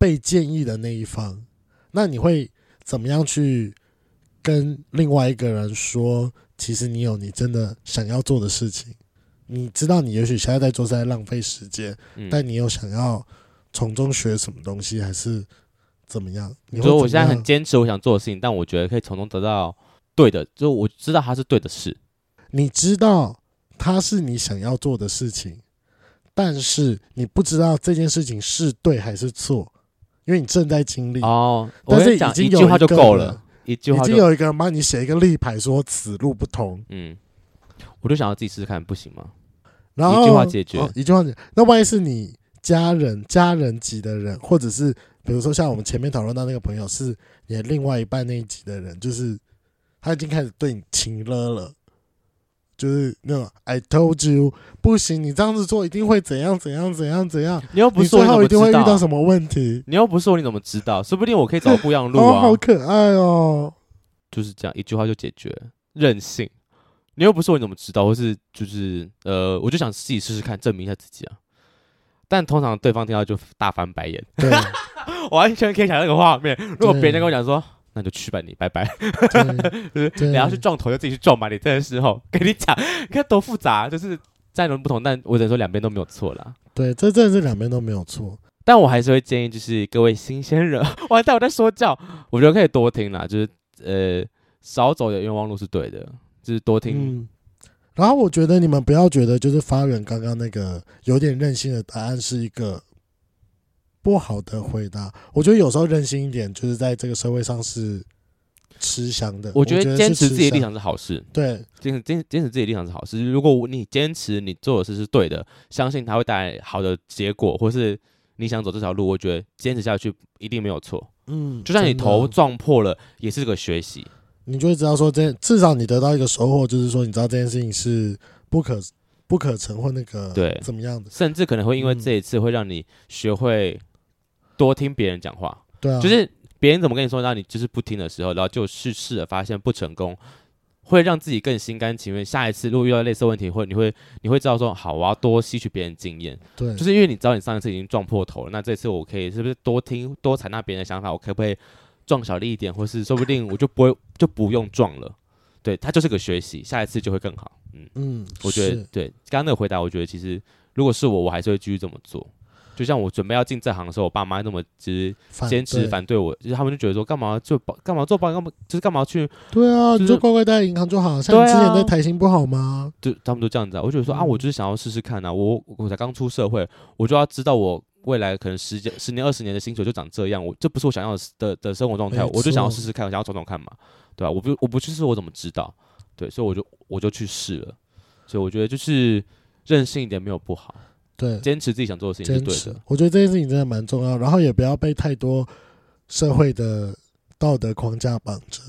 [SPEAKER 1] 被建议的那一方，那你会怎么样去跟另外一个人说？其实你有你真的想要做的事情，你知道你也许现在在做是在浪费时间，
[SPEAKER 2] 嗯，
[SPEAKER 1] 但你有想要从中学什么东西，还是怎么样？你
[SPEAKER 2] 你
[SPEAKER 1] 会
[SPEAKER 2] 说我
[SPEAKER 1] 怎么
[SPEAKER 2] 现在很
[SPEAKER 1] 样
[SPEAKER 2] 坚持我想做的事情，但我觉得可以从中得到对的，就我知道它是对的事，
[SPEAKER 1] 你知道它是你想要做的事情，但是你不知道这件事情是对还是错，因为你正在经历。
[SPEAKER 2] 哦，我
[SPEAKER 1] 嗯但
[SPEAKER 2] 跟
[SPEAKER 1] 是
[SPEAKER 2] 你讲
[SPEAKER 1] 已经
[SPEAKER 2] 句
[SPEAKER 1] 有
[SPEAKER 2] 话就
[SPEAKER 1] 个
[SPEAKER 2] 够
[SPEAKER 1] 人
[SPEAKER 2] 了，，一句
[SPEAKER 1] 已
[SPEAKER 2] 话
[SPEAKER 1] 经
[SPEAKER 2] 就
[SPEAKER 1] 有一个人帮你写一个立牌说此路不通，
[SPEAKER 2] 嗯，我就想要自己试试看，不行吗？
[SPEAKER 1] 然后
[SPEAKER 2] 一句话解决
[SPEAKER 1] 哦一句话解。那万一是你家人、家人级的人，或者是比如说像我们前面讨论到那个朋友，是你的另外一半那一级的人，就是他已经开始对你情了了，就是那种 I told you 不行，你这样子做一定会怎样怎样怎样怎样，
[SPEAKER 2] 你又不
[SPEAKER 1] 你
[SPEAKER 2] 说
[SPEAKER 1] 最后一
[SPEAKER 2] 你怎
[SPEAKER 1] 定
[SPEAKER 2] 么
[SPEAKER 1] 会遇
[SPEAKER 2] 知
[SPEAKER 1] 到
[SPEAKER 2] 道？
[SPEAKER 1] 什么问题。
[SPEAKER 2] 你又不说你怎么知道？说不定我可以走不一样的路
[SPEAKER 1] 哦，
[SPEAKER 2] 啊
[SPEAKER 1] 好！可爱哦！
[SPEAKER 2] 就是这样一句话就解决，任性。你又不是我，你怎么知道？或是就是呃，我就想自己试试看，证明一下自己啊。但通常对方听到就大翻白眼，
[SPEAKER 1] 对，
[SPEAKER 2] 我完全可以想象那个画面。如果别人跟我讲说，那你就去吧你，拜拜。
[SPEAKER 1] 对，对，
[SPEAKER 2] 你要去撞头就自己去撞吧，你真的是吼，跟你讲，你看多复杂，啊就是站轮不同，但我只能说两边都没有错啦。
[SPEAKER 1] 对，这真的是两边都没有错。
[SPEAKER 2] 但我还是会建议，就是各位新鲜人， 哇，但我在说教，我觉得可以多听啦，就是呃，少走的冤枉路是对的，就是多听。
[SPEAKER 1] 嗯，然后我觉得你们不要觉得就是发源刚刚那个有点任性的答案是一个不好的回答。我觉得有时候任性一点，就是在这个社会上是吃香的。
[SPEAKER 2] 我
[SPEAKER 1] 我
[SPEAKER 2] 觉得
[SPEAKER 1] 得
[SPEAKER 2] 坚
[SPEAKER 1] 是
[SPEAKER 2] 持
[SPEAKER 1] 吃
[SPEAKER 2] 自己的立场
[SPEAKER 1] 香，
[SPEAKER 2] 是好事，
[SPEAKER 1] 对
[SPEAKER 2] 坚持坚坚持自己的立场是好事。如果你坚持你做的事是对的，相信它会带来好的结果，或是你想走这条路，我觉得坚持下去一定没有错。
[SPEAKER 1] 嗯，
[SPEAKER 2] 就算你
[SPEAKER 1] 真的
[SPEAKER 2] 头撞破了，也是个学习。
[SPEAKER 1] 你就会知道说这，至少你得到一个收获，就是说你知道这件事情是不可不可成或那个
[SPEAKER 2] 对
[SPEAKER 1] 怎么样的，
[SPEAKER 2] 甚至可能会因为
[SPEAKER 1] 嗯
[SPEAKER 2] 这一次会让你学会多听别人讲话，
[SPEAKER 1] 对啊，
[SPEAKER 2] 就是别人怎么跟你说，让你就是不听的时候，然后就试试了，发现不成功，会让自己更心甘情愿。下一次如果遇到类似的问题，会你会你会知道说，好，我要多吸取别人经验，
[SPEAKER 1] 对，
[SPEAKER 2] 就是因为你知道你上一次已经撞破头了，那这次我可以是不是多听多采纳别人的想法，我可不可以撞小力一点，或是说不定我就不会就不用撞了。对，它就是个学习，下一次就会更好。嗯。
[SPEAKER 1] 嗯，
[SPEAKER 2] 我觉得
[SPEAKER 1] 是
[SPEAKER 2] 对刚刚那个回答，我觉得其实如果是我，我还是会继续这么做。就像我准备要进这行的时候，我爸妈那么就是
[SPEAKER 1] 反
[SPEAKER 2] 坚持
[SPEAKER 1] 对
[SPEAKER 2] 反对我，就是他们就觉得说干嘛就保干嘛做保干嘛就是干嘛去，
[SPEAKER 1] 对啊，
[SPEAKER 2] 就是
[SPEAKER 1] 你就乖乖待在银行就好。像
[SPEAKER 2] 对啊
[SPEAKER 1] 你之前在台新不好吗？
[SPEAKER 2] 就他们都这样子啊。我觉得说啊，
[SPEAKER 1] 嗯
[SPEAKER 2] 我就是想要试试看啊，我我才刚出社会，我就要知道我未来可能十几十年二十年的薪水就长这样，我这不是我想要的的的生活状态，
[SPEAKER 1] 没
[SPEAKER 2] 我就想要
[SPEAKER 1] 错
[SPEAKER 2] 试试看，我想要闯闯看嘛，对吧、我不我不去试，我怎么知道？对，所以我就我就去试了。所以我觉得就是任性一点没有不好，
[SPEAKER 1] 对，
[SPEAKER 2] 坚持自己想做的事情是
[SPEAKER 1] 坚
[SPEAKER 2] 对的
[SPEAKER 1] 持。，我觉得这件事情真的蛮重要。然后也不要被太多社会的道德框架绑着，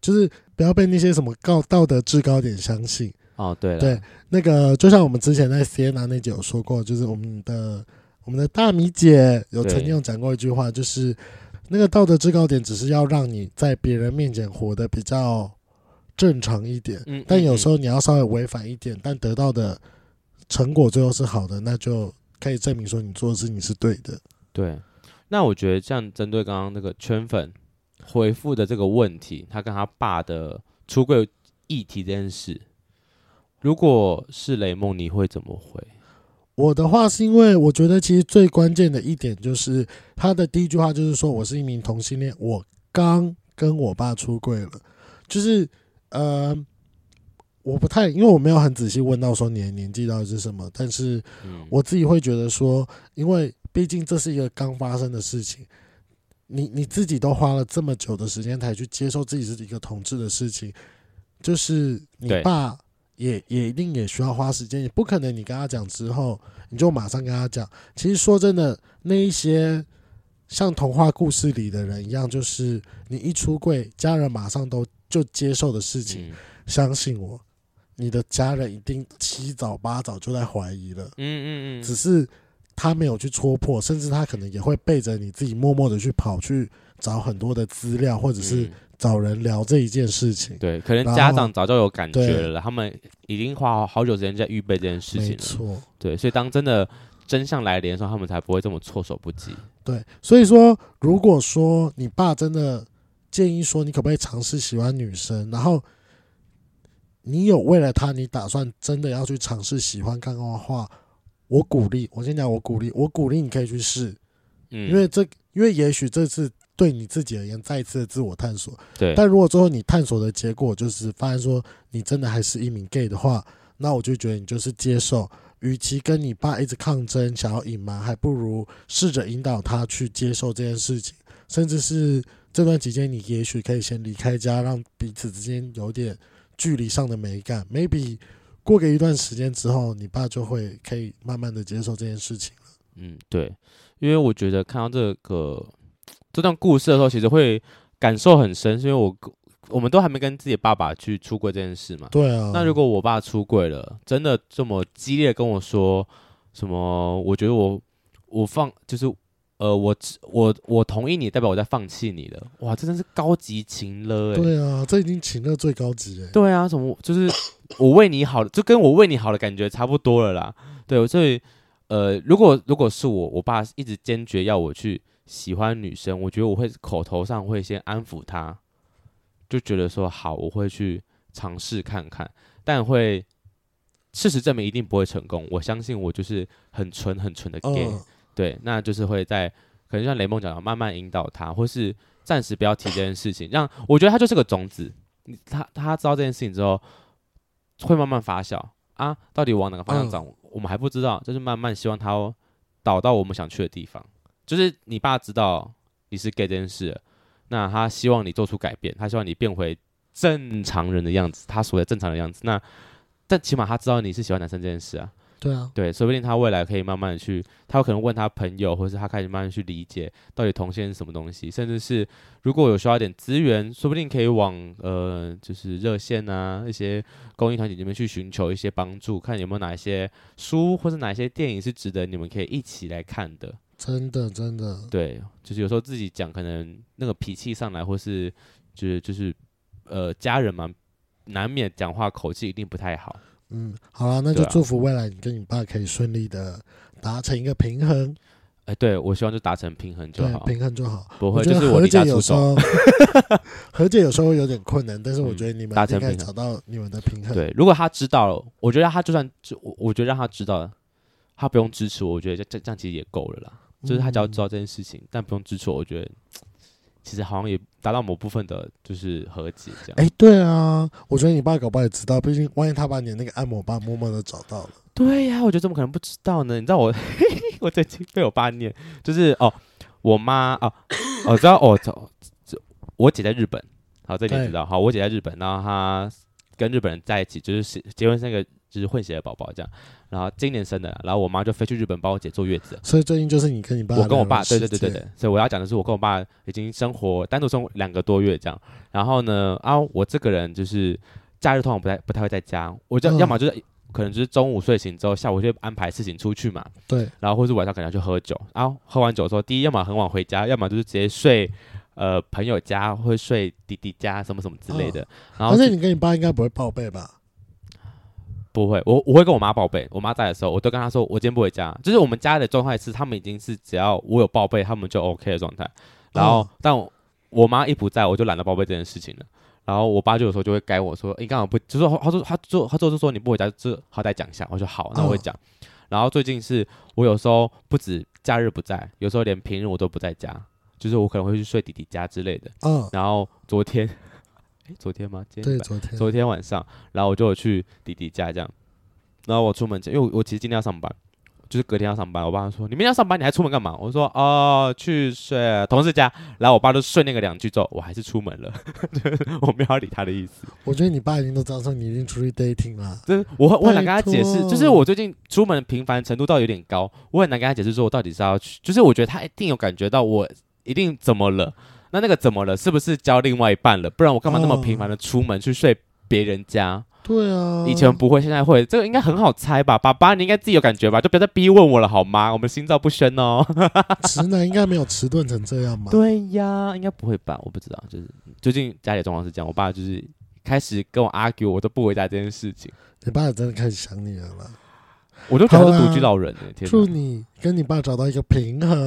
[SPEAKER 1] 就是不要被那些什么高道德制高点相信。
[SPEAKER 2] 哦，对了，
[SPEAKER 1] 对那个就像我们之前在 C N A 那集有说过，就是我们的我们的大米姐有
[SPEAKER 2] 对
[SPEAKER 1] 曾经有讲过一句话，就是那个道德制高点只是要让你在别人面前活得比较正常一点，
[SPEAKER 2] 嗯，
[SPEAKER 1] 但有时
[SPEAKER 2] 候
[SPEAKER 1] 候你要稍微违反一点，但得到的成果最后是好的，那就可以证明说你做的事情是对的。
[SPEAKER 2] 对，那我觉得这样针对刚刚那个圈粉回复的这个问题，他跟他爸的出柜议题这件事，如果是雷梦，你会怎么回？
[SPEAKER 1] 我的话是因为我觉得其实最关键的一点就是他的第一句话就是说我是一名同性恋，我刚跟我爸出柜了，就是呃，我不太因为我没有很仔细问到说你的年纪到底是什么，但是
[SPEAKER 2] 嗯，
[SPEAKER 1] 我自己会觉得说，因为毕竟这是一个刚发生的事情，你你自己都花了这么久的时间才去接受自己是一个同志的事情，就是你
[SPEAKER 2] 对
[SPEAKER 1] 爸也也一定也需要花时间，也不可能你跟他讲之后你就马上跟他讲。其实说真的，那一些像童话故事里的人一样，就是你一出柜，家人马上都就接受的事情，
[SPEAKER 2] 嗯
[SPEAKER 1] 相信我。你的家人一定七早八早就在怀疑了，
[SPEAKER 2] 嗯嗯
[SPEAKER 1] 只
[SPEAKER 2] 嗯，
[SPEAKER 1] 是他没有去戳破，甚至他可能也会背着你自己默默的去跑去找很多的资料，或者是
[SPEAKER 2] 嗯
[SPEAKER 1] 找人聊这一件事情。
[SPEAKER 2] 对，可能
[SPEAKER 1] 然
[SPEAKER 2] 家
[SPEAKER 1] 后
[SPEAKER 2] 长早就有感觉
[SPEAKER 1] 对
[SPEAKER 2] 了啦，他们已经花好好久时间在预备这件事
[SPEAKER 1] 没
[SPEAKER 2] 情啊了，
[SPEAKER 1] 错，
[SPEAKER 2] 对，所以当真的真相来临的时候，他们才不会这么措手不及。
[SPEAKER 1] 对，所以说，如果说你爸真的建议说你可不可以尝试喜欢女生，然后你有为了他，你打算真的要去尝试喜欢看看的话，我鼓励，我先讲，我鼓励，我鼓励你可以去试，
[SPEAKER 2] 嗯，
[SPEAKER 1] 因为这，因为也许这次对你自己而言再一次的自我探索，
[SPEAKER 2] 对，
[SPEAKER 1] 但如果最后你探索的结果就是发现说你真的还是一名 gay 的话，那我就觉得你就是接受。与其跟你爸一直抗争，想要隐瞒，还不如试着引导他去接受这件事情，甚至是这段期间，你也许可以先离开家，让彼此之间有点距离上的美感。maybe 过个一段时间之后，你爸就会可以慢慢的接受这件事情。
[SPEAKER 2] 嗯，对，因为我觉得看到这个这段故事的时候，其实会感受很深，是因为我我们都还没跟自己爸爸去出柜这件事嘛。
[SPEAKER 1] 对啊，
[SPEAKER 2] 那如果我爸出柜了，真的这么激烈地跟我说什么？我觉得我我放就是呃，我我我同意你，代表我在放弃你了。哇，这真是高级情了哎、
[SPEAKER 1] 对啊，这已经请了最高级哎、
[SPEAKER 2] 对啊，什么就是我为你好，就跟我为你好的感觉差不多了啦。对，所以呃，如果如果是我，我爸一直坚决要我去喜欢女生，我觉得我会口头上会先安抚他，就觉得说好，我会去尝试看看，但会事实证明一定不会成功。我相信我就是很纯很纯的 gay，、
[SPEAKER 1] 嗯，
[SPEAKER 2] 对，那就是会在可能像雷梦讲的，慢慢引导他，或是暂时不要提这件事情，让我觉得他就是个种子，你他他知道这件事情之后，会慢慢发酵啊，到底往哪个方向长，我们还不知道，就是慢慢希望他哦导到我们想去的地方，就是你爸知道你是 gay 这件事了，那他希望你做出改变，他希望你变回正常人的样子，他所谓正常的样子，那但起码他知道你是喜欢男生这件事啊，
[SPEAKER 1] 对啊，
[SPEAKER 2] 对，说不定他未来可以慢慢的去，他有可能问他朋友，或是他开始慢慢去理解到底同性恋是什么东西，甚至是如果有需要一点资源，说不定可以往呃就是热线啊一些公益团体里面去寻求一些帮助，看有没有哪一些书或是哪一些电影是值得你们可以一起来看的。
[SPEAKER 1] 真的真的，
[SPEAKER 2] 对，就是有时候自己讲，可能那个脾气上来，或是就是就是呃家人嘛，难免讲话口气一定不太好。
[SPEAKER 1] 嗯，好了，那就
[SPEAKER 2] 对啊
[SPEAKER 1] 祝福未来你跟你爸可以顺利的达成一个平衡，
[SPEAKER 2] 哎、对我希望就达成平衡就
[SPEAKER 1] 对，
[SPEAKER 2] 好，
[SPEAKER 1] 平衡就好。
[SPEAKER 2] 不
[SPEAKER 1] 我
[SPEAKER 2] 会
[SPEAKER 1] 觉
[SPEAKER 2] 就
[SPEAKER 1] 得
[SPEAKER 2] 是我
[SPEAKER 1] 和
[SPEAKER 2] 离家
[SPEAKER 1] 解
[SPEAKER 2] 出
[SPEAKER 1] 有时
[SPEAKER 2] 走。
[SPEAKER 1] 候， 和解有时候会有点困难，但是我
[SPEAKER 2] 嗯
[SPEAKER 1] 觉得你们
[SPEAKER 2] 达
[SPEAKER 1] 应
[SPEAKER 2] 成
[SPEAKER 1] 该
[SPEAKER 2] 平衡
[SPEAKER 1] 找到你们的平衡。
[SPEAKER 2] 对，如果他知道了，我觉得他就算知我，我觉得让他知道了，他不用支持我，我觉得这这样其实也够了啦。就是他只要知道这件事情，但不用支持我，我觉得其实好像也达到某部分的，就是和解这样。
[SPEAKER 1] 哎、对啊，我觉得你爸搞不好也知道，毕竟万一他把你那个按摩棒默默的找到了，
[SPEAKER 2] 对呀、我觉得怎么可能不知道呢？你知道我， 我最近被我爸念，就是哦，我妈哦，我知道哦，操我姐在日本，好，这你
[SPEAKER 1] 对
[SPEAKER 2] 知道，好，我姐在日本，然后她跟日本人在一起，就是是结婚生个就是混血的宝宝这样，然后今年生的，然后我妈就飞去日本帮我姐坐月子，
[SPEAKER 1] 所以最近就是你跟你爸，
[SPEAKER 2] 我跟我爸，对对对对对，，所以我要讲的是，我跟我爸已经生活单独生活两个多月这样。然后呢，啊，我这个人就是假日通常不太不太会在家，我就、
[SPEAKER 1] 嗯
[SPEAKER 2] 要么就是可能就是中午睡醒之后，下午就安排事情出去嘛，
[SPEAKER 1] 对，
[SPEAKER 2] 然后或是晚上可能要去喝酒，然后喝完酒之后，第一要么很晚回家，要么就是直接睡呃朋友家，或者睡弟弟家什么什么之类的。然后
[SPEAKER 1] 而且
[SPEAKER 2] 是
[SPEAKER 1] 你跟你爸应该不会报备吧？
[SPEAKER 2] 不会，我我会跟我妈报备，我妈在的时候，我都跟她说我今天不回家，就是我们家的状态是他们已经是只要我有报备，他们就 OK 的状态。然后，但我我妈一不在，我就懒得报备这件事情了。然后我爸就有时候就会改我说，诶你干嘛不？就说他说他就他就是说你不回家，就好歹讲一下。我说好，那我会讲。然后最近是我有时候不止假日不在，有时候连平日我都不在家，就是我可能会去睡弟弟家之类的。
[SPEAKER 1] 嗯，
[SPEAKER 2] 然后昨天， 诶，昨天吗？今天
[SPEAKER 1] 对，
[SPEAKER 2] 礼拜
[SPEAKER 1] 昨天，
[SPEAKER 2] 昨天晚上，然后我就有去弟弟家这样，然后我出门前，因为我我其实今天要上班，就是隔天要上班，我爸说你明天要上班，你还出门干嘛？我说哦，去睡同事家，然后我爸就顺那个两句之后，我还是出门了， 就是我没有要理他的意思，
[SPEAKER 1] 我觉得你爸已经都知道说你已经出去 dating 了，
[SPEAKER 2] 就是我很我很难跟他解
[SPEAKER 1] 拜
[SPEAKER 2] 释，
[SPEAKER 1] 托
[SPEAKER 2] 就是我最近出门频繁程度到有点高，我很难跟他解释说我到底是要去，就是我觉得他一定有感觉到我一定怎么了。那那个怎么了？是不是交另外一半了？不然我干嘛那么
[SPEAKER 1] 哦
[SPEAKER 2] 频繁的出门去睡别人家？
[SPEAKER 1] 对啊，
[SPEAKER 2] 以前不会，现在会，这个应该很好猜吧？爸爸，你应该自己有感觉吧？就不要再逼问我了好吗？我们心照不宣哦。
[SPEAKER 1] 直男应该没有迟钝成这样 吧？
[SPEAKER 2] 对呀，应该不会吧？我不知道，就是最近家里的状况是这样，我爸就是开始跟我 argue，我都不回答这件事情，
[SPEAKER 1] 你爸也真的开始想你了啦，
[SPEAKER 2] 我都觉得他
[SPEAKER 1] 好
[SPEAKER 2] 是
[SPEAKER 1] 啦
[SPEAKER 2] 独居老人呢。天
[SPEAKER 1] 祝
[SPEAKER 2] 哪，
[SPEAKER 1] 你跟你爸找到一个平衡，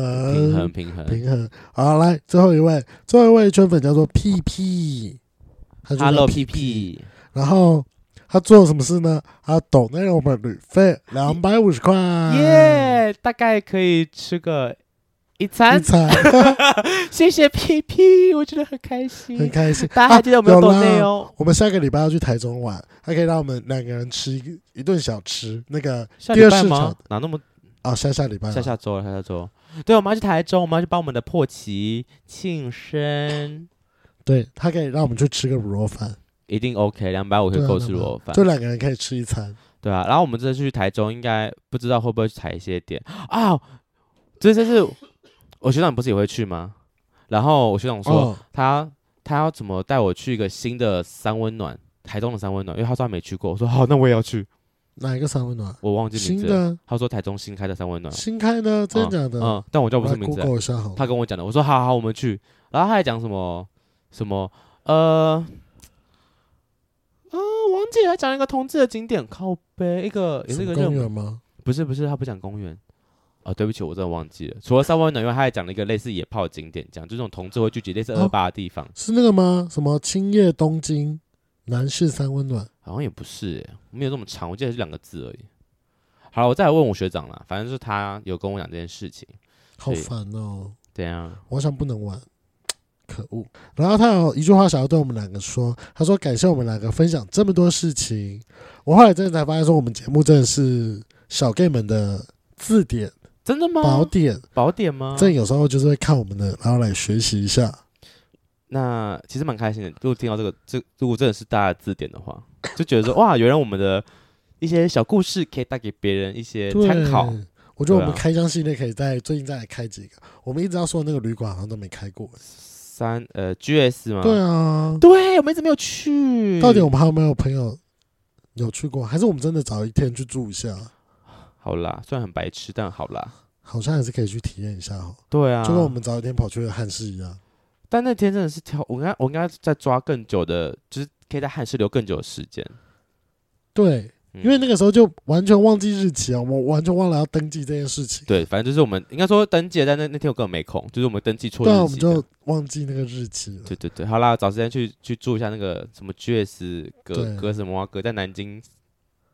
[SPEAKER 2] 平衡平衡。
[SPEAKER 1] 平衡。好，来最后一位，最后一位圈粉叫做屁屁，他就叫
[SPEAKER 2] Hello
[SPEAKER 1] 屁
[SPEAKER 2] 屁。屁，
[SPEAKER 1] 然后他做了什么事呢？他抖那我们旅费两百五十块，
[SPEAKER 2] 嗯
[SPEAKER 1] 耶！
[SPEAKER 2] 耶，大概可以吃个一餐
[SPEAKER 1] 你，猜，
[SPEAKER 2] 谢谢屁屁，我觉得很开心
[SPEAKER 1] 很。开心。啊
[SPEAKER 2] 大家还记得我们有
[SPEAKER 1] 有
[SPEAKER 2] 抖
[SPEAKER 1] 啦
[SPEAKER 2] 内哦，
[SPEAKER 1] 我们下个礼拜要去台中玩，还可以让我们两个人吃一一顿小吃。那个
[SPEAKER 2] 下礼
[SPEAKER 1] 第二
[SPEAKER 2] 拜
[SPEAKER 1] 市
[SPEAKER 2] 吗
[SPEAKER 1] 场？
[SPEAKER 2] 哪那么
[SPEAKER 1] 啊，下下礼拜啊
[SPEAKER 2] 下下周了，下下周。对，我们要去台中，我们要去帮我们的破奇庆生，
[SPEAKER 1] 对他可以让我们去吃个卤肉饭，
[SPEAKER 2] 一定 OK，两百五可
[SPEAKER 1] 对
[SPEAKER 2] 以
[SPEAKER 1] 啊
[SPEAKER 2] 够吃卤肉饭
[SPEAKER 1] 就，两个人可以吃一餐。
[SPEAKER 2] 对啊。然后我们这次去台中，应该不知道会不会去踩一些点啊？这这是我学长不是也会去吗？然后我学长说、
[SPEAKER 1] 哦，
[SPEAKER 2] 他他要怎么带我去一个新的三温暖，台中的三温暖，因为他说他没去过，我说好，那我也要去。
[SPEAKER 1] 哪一个三温暖？
[SPEAKER 2] 我忘记名
[SPEAKER 1] 新
[SPEAKER 2] 字了。嗯
[SPEAKER 1] 的
[SPEAKER 2] 他说台中新开的三温暖，
[SPEAKER 1] 新开的，真的假的？
[SPEAKER 2] 嗯，但我叫
[SPEAKER 1] 我
[SPEAKER 2] 不出
[SPEAKER 1] 来
[SPEAKER 2] 名字来。
[SPEAKER 1] Google 一下好了。
[SPEAKER 2] 他跟我讲的，我说好好好，我们去。然后他还讲什么什么呃。啊，王姐还讲一个同志的景点，靠背一个也是
[SPEAKER 1] 什
[SPEAKER 2] 一
[SPEAKER 1] 么
[SPEAKER 2] 个热
[SPEAKER 1] 公
[SPEAKER 2] 门
[SPEAKER 1] 园吗？
[SPEAKER 2] 不是不是，他不讲公园。啊，对不起，我真的忘记了。除了三温暖以外，他还讲了一个类似野炮的景点，讲就这种同志会聚集类似
[SPEAKER 1] 哦
[SPEAKER 2] 二八的地方，
[SPEAKER 1] 是那个吗？什么青叶东京南市三温暖？
[SPEAKER 2] 好像也不是、欸，没有这么长，我记得是两个字而已。好了，我再来问我学长啦，反正就是他有跟我讲这件事情，
[SPEAKER 1] 好
[SPEAKER 2] 对啊
[SPEAKER 1] 烦哦、
[SPEAKER 2] 怎样？
[SPEAKER 1] 我想不能玩，可恶。然后他有一句话想要对我们两个说，他说感谢我们两个分享这么多事情。我后来真的才发现，说我们节目真的是小 gay 们的字典
[SPEAKER 2] 真的吗？
[SPEAKER 1] 宝典，
[SPEAKER 2] 宝典吗？
[SPEAKER 1] 这有时候就是会看我们的，然后来学习一下。
[SPEAKER 2] 那其实蛮开心的。如果听到这个，这如果真的是大家的字典的话，就觉得说哇，原来我们的一些小故事可以带给别人一些
[SPEAKER 1] 对
[SPEAKER 2] 参考。
[SPEAKER 1] 我觉得我们
[SPEAKER 2] 对啊
[SPEAKER 1] 开箱系列可以在最近再来开几个。我们一直要说的那个旅馆好像都没开过、
[SPEAKER 2] 三呃，GS 吗？
[SPEAKER 1] 对啊，
[SPEAKER 2] 对，我们一直没有去。
[SPEAKER 1] 到底我们还有没有朋友有去过？还是我们真的找一天去住一下？
[SPEAKER 2] 好啦，虽然很白痴，但好啦。
[SPEAKER 1] 好像还是可以去体验一下哈，
[SPEAKER 2] 对啊，
[SPEAKER 1] 就跟我们早一天跑去的汉室一样。
[SPEAKER 2] 但那天真的是挑，我应该我应该再抓更久的，就是可以在汉室留更久的时间，
[SPEAKER 1] 对，
[SPEAKER 2] 嗯
[SPEAKER 1] 因为那个时候就完全忘记日期啊，我们完全忘了要登记这件事情。
[SPEAKER 2] 对，反正就是我们应该说登记了，但那那天我根本没空，就是我们登记错日
[SPEAKER 1] 对啊，我
[SPEAKER 2] 期
[SPEAKER 1] 们
[SPEAKER 2] 这样。
[SPEAKER 1] 就忘记那个日期了。
[SPEAKER 2] 对对对，好啦，找时间去去住一下那个什么 GS 格
[SPEAKER 1] 对
[SPEAKER 2] 格什么啊格，在南京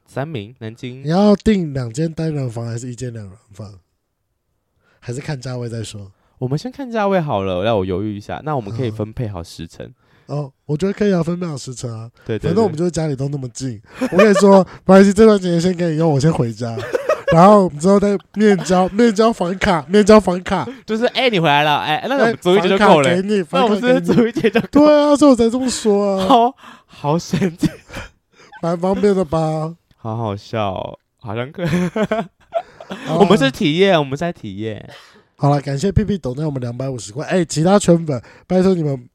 [SPEAKER 2] 三明，南京
[SPEAKER 1] 你要订两间单人房还是一间两人房？还是看价位再说？
[SPEAKER 2] 我们先看价位好了，让我犹豫一下。那我们可以
[SPEAKER 1] 好
[SPEAKER 2] 分配好时辰，
[SPEAKER 1] 哦，我觉得可以啊，分秒时辰啊。
[SPEAKER 2] 对对
[SPEAKER 1] 反正我们
[SPEAKER 2] 对
[SPEAKER 1] 就是家里都那么近。我跟你说，没关系，这段时间先给你用，我先回家。 然后我们之后再面交，面交房卡，面交房卡，
[SPEAKER 2] 就是哎、你回来了，哎、那我
[SPEAKER 1] 哎
[SPEAKER 2] 们租一间就
[SPEAKER 1] 房卡
[SPEAKER 2] 够了、
[SPEAKER 1] 给你，
[SPEAKER 2] 那
[SPEAKER 1] 房
[SPEAKER 2] 我
[SPEAKER 1] 卡
[SPEAKER 2] 们是
[SPEAKER 1] 给
[SPEAKER 2] 不是
[SPEAKER 1] 你。
[SPEAKER 2] 租一 间就够
[SPEAKER 1] 对啊，所以我才这么说啊，
[SPEAKER 2] 好好神奇，
[SPEAKER 1] 蛮方便的吧？
[SPEAKER 2] 好好笑、哦，好像可以。
[SPEAKER 1] 嗯好 啊
[SPEAKER 2] 我们是体验，我们在体验。
[SPEAKER 1] 好了，感谢 P P 抖内我们两百五十块。哎、其他圈粉，拜托你们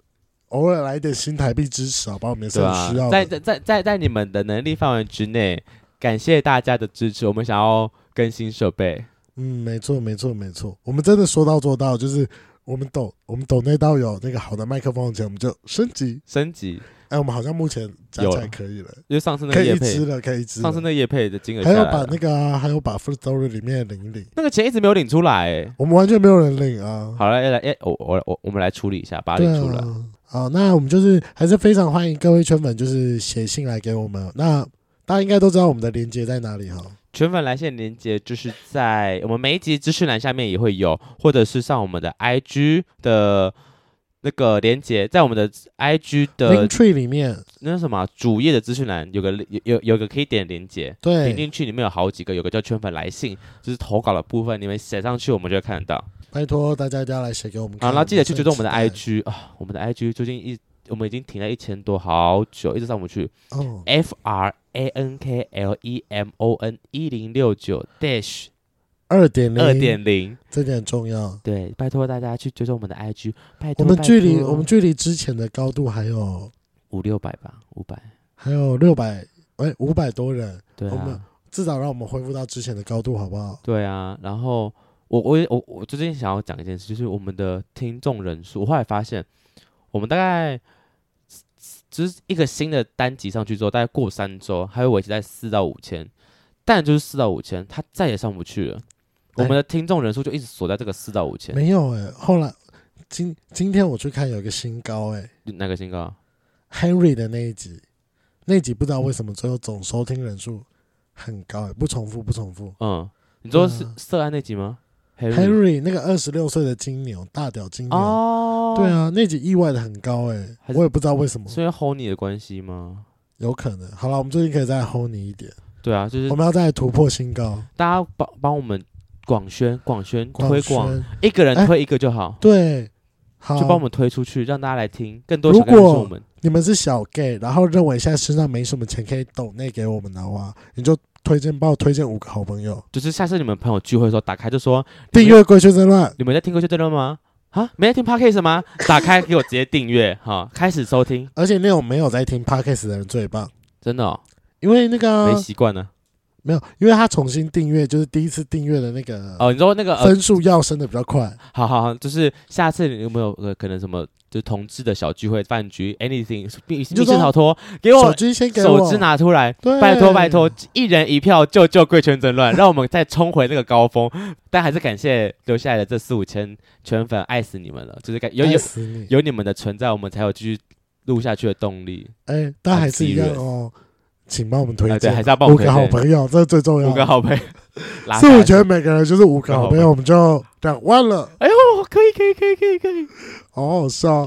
[SPEAKER 1] 偶尔来一点新台币支持，好吧？我们也是
[SPEAKER 2] 对
[SPEAKER 1] 很
[SPEAKER 2] 啊
[SPEAKER 1] 需要，的。
[SPEAKER 2] 在在在在在你们的能力范围之内，感谢大家的支持。我们想要更新设备，
[SPEAKER 1] 嗯，没错，没错，没错。我们真的说到做到，就是我们抖我们抖内到有那个好的麦克风的钱，我们就升级。
[SPEAKER 2] 升级，
[SPEAKER 1] 哎、我们好像目前加起
[SPEAKER 2] 有
[SPEAKER 1] 来
[SPEAKER 2] 了
[SPEAKER 1] 可以了，
[SPEAKER 2] 因为上次那
[SPEAKER 1] 可
[SPEAKER 2] 个
[SPEAKER 1] 以
[SPEAKER 2] 叶
[SPEAKER 1] 一支
[SPEAKER 2] 配，
[SPEAKER 1] 了，可以一支了。
[SPEAKER 2] 上次那叶配的金额下
[SPEAKER 1] 还
[SPEAKER 2] 来
[SPEAKER 1] 有
[SPEAKER 2] 了
[SPEAKER 1] 把那个啊、还有把 First Story 里面的领一领，
[SPEAKER 2] 那个钱一直没有领出来、欸。
[SPEAKER 1] 我们完全没有人领啊。
[SPEAKER 2] 好了，哎来哎，我我我我们来处理一下，把它
[SPEAKER 1] 对
[SPEAKER 2] 领出来。
[SPEAKER 1] 啊。好，那我们就是还是非常欢迎各位圈粉，就是写信来给我们。那大家应该都知道我们的链接在哪里哈。
[SPEAKER 2] 全粉来线连接就是在我们每一集资讯栏下面也会有，或者是上我们的 IG 的那个连接，在我们的 IG 的
[SPEAKER 1] Link Tree 里面，
[SPEAKER 2] 那什么啊主页的资讯栏有个有有有个可以点连接，点
[SPEAKER 1] 对，
[SPEAKER 2] 进去里面有好几个，有个叫圈粉来信，就是投稿的部分，你们写上去我们就会看得到。
[SPEAKER 1] 拜托大家一定要来写给我们
[SPEAKER 2] 啊
[SPEAKER 1] 看。
[SPEAKER 2] 好，然后记得去追踪我们的
[SPEAKER 1] 真期
[SPEAKER 2] IG 啊，我们的 IG 最近一我们已经停了一千多，好久一直上不去。
[SPEAKER 1] 待哦，
[SPEAKER 2] F R A N K L E M O N 一零六九 dash
[SPEAKER 1] 二点零，
[SPEAKER 2] 二，点零，
[SPEAKER 1] 这点很重要。
[SPEAKER 2] 对，拜托大家去追踪我们的 IG，拜
[SPEAKER 1] 我
[SPEAKER 2] 托。
[SPEAKER 1] 们
[SPEAKER 2] 拜
[SPEAKER 1] 距离
[SPEAKER 2] 托
[SPEAKER 1] 我们距离之前的高度还有
[SPEAKER 2] 五六百吧，五百，
[SPEAKER 1] 还有六百，哎，五百多人，
[SPEAKER 2] 对
[SPEAKER 1] 我们
[SPEAKER 2] 啊，
[SPEAKER 1] 至少让我们恢复到之前的高度，好不好？
[SPEAKER 2] 对啊。然后我我也我我最近想要讲一件事，就是我们的听众人数，我后来发现我们大概。就是一个新的单集上去之后，大概过三周，还会维持在四到五千，但就是四到五千，它再也上不去了。我们的听众人数就一直锁在这个四到五千。
[SPEAKER 1] 哎没有哎，后来今今天我去看有一个新高哎
[SPEAKER 2] 哪个新歌啊？
[SPEAKER 1] ，Henry 的那一集，那一集不知道为什么最后总收听人数很高哎，不重复不重复。
[SPEAKER 2] 嗯，你说
[SPEAKER 1] 对
[SPEAKER 2] 是
[SPEAKER 1] 啊
[SPEAKER 2] 涉案那集吗
[SPEAKER 1] Henry 那个二十六岁的金牛大屌金牛，
[SPEAKER 2] 哦，
[SPEAKER 1] 对，啊，那集意外的很高哎、
[SPEAKER 2] 还是
[SPEAKER 1] 我也不知道为什么，
[SPEAKER 2] 是因为 Honey 的关系吗？
[SPEAKER 1] 有可能。好了，我们最近可以再 hold 你一点，
[SPEAKER 2] 对啊，就是
[SPEAKER 1] 我们要再突破新高，
[SPEAKER 2] 大家帮帮我们广宣、广宣
[SPEAKER 1] 广
[SPEAKER 2] 推广，
[SPEAKER 1] 宣
[SPEAKER 2] 一个
[SPEAKER 1] 哎
[SPEAKER 2] 人推一个就好，
[SPEAKER 1] 对，好，
[SPEAKER 2] 就帮我们推出去，让大家来听，更多
[SPEAKER 1] 如
[SPEAKER 2] 想看的是
[SPEAKER 1] 果
[SPEAKER 2] 我们。
[SPEAKER 1] 你们是小 gay，然后认为现在身上没什么钱可以抖内给我们的话，你就推荐帮我推荐五个好朋友，
[SPEAKER 2] 就是下次你们朋友聚会的时候，打开就说
[SPEAKER 1] 订阅《规圈争乱》，
[SPEAKER 2] 你们在听歌就对了吗？啊，没在听 podcast 吗？打开给我直接订阅哈， 开始收听，
[SPEAKER 1] 而且那种没有在听 podcast 的人最棒，
[SPEAKER 2] 真的哦
[SPEAKER 1] 因为那个
[SPEAKER 2] 没习惯呢。
[SPEAKER 1] 没有，因为他重新订阅，就是第一次订阅的那个
[SPEAKER 2] 哦，你说那个呃，
[SPEAKER 1] 分数要升的比较快。
[SPEAKER 2] 好好好，就是下次你有没有呃，可能什么就是同志的小聚会、饭局，anything 密密
[SPEAKER 1] 就
[SPEAKER 2] 室
[SPEAKER 1] 说
[SPEAKER 2] 逃脱，给
[SPEAKER 1] 手
[SPEAKER 2] 我
[SPEAKER 1] 机先给我，
[SPEAKER 2] 手机拿出来，
[SPEAKER 1] 对，
[SPEAKER 2] 拜托拜
[SPEAKER 1] 嗯
[SPEAKER 2] 托，一人一票救救贵圈争乱，让我们再冲回那个高峰。但还是感谢留下来的这四五千圈粉，爱死你们了！就是感有
[SPEAKER 1] 爱
[SPEAKER 2] 有
[SPEAKER 1] 死你。
[SPEAKER 2] 有你们的存在，我们才有继续录下去的动力。
[SPEAKER 1] 哎，但还是一样
[SPEAKER 2] serious
[SPEAKER 1] 哦，请帮我们推
[SPEAKER 2] 啊对
[SPEAKER 1] 荐，
[SPEAKER 2] 还是要帮我
[SPEAKER 1] 五
[SPEAKER 2] 们
[SPEAKER 1] 个好
[SPEAKER 2] 推荐
[SPEAKER 1] 朋友，这最重要。
[SPEAKER 2] 五个啊好 朋友，拉
[SPEAKER 1] 所
[SPEAKER 2] 下
[SPEAKER 1] 以我
[SPEAKER 2] 来
[SPEAKER 1] 觉得每个人就是五个好朋友，我们就两万了，
[SPEAKER 2] 哎呦，可以可以可以可以可以。
[SPEAKER 1] 好好笑。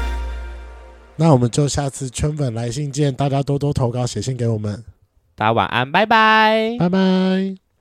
[SPEAKER 1] 那我们就下次圈粉来信见，大家多多投稿写信给我们，
[SPEAKER 2] 大家晚安，拜拜。
[SPEAKER 1] 拜拜。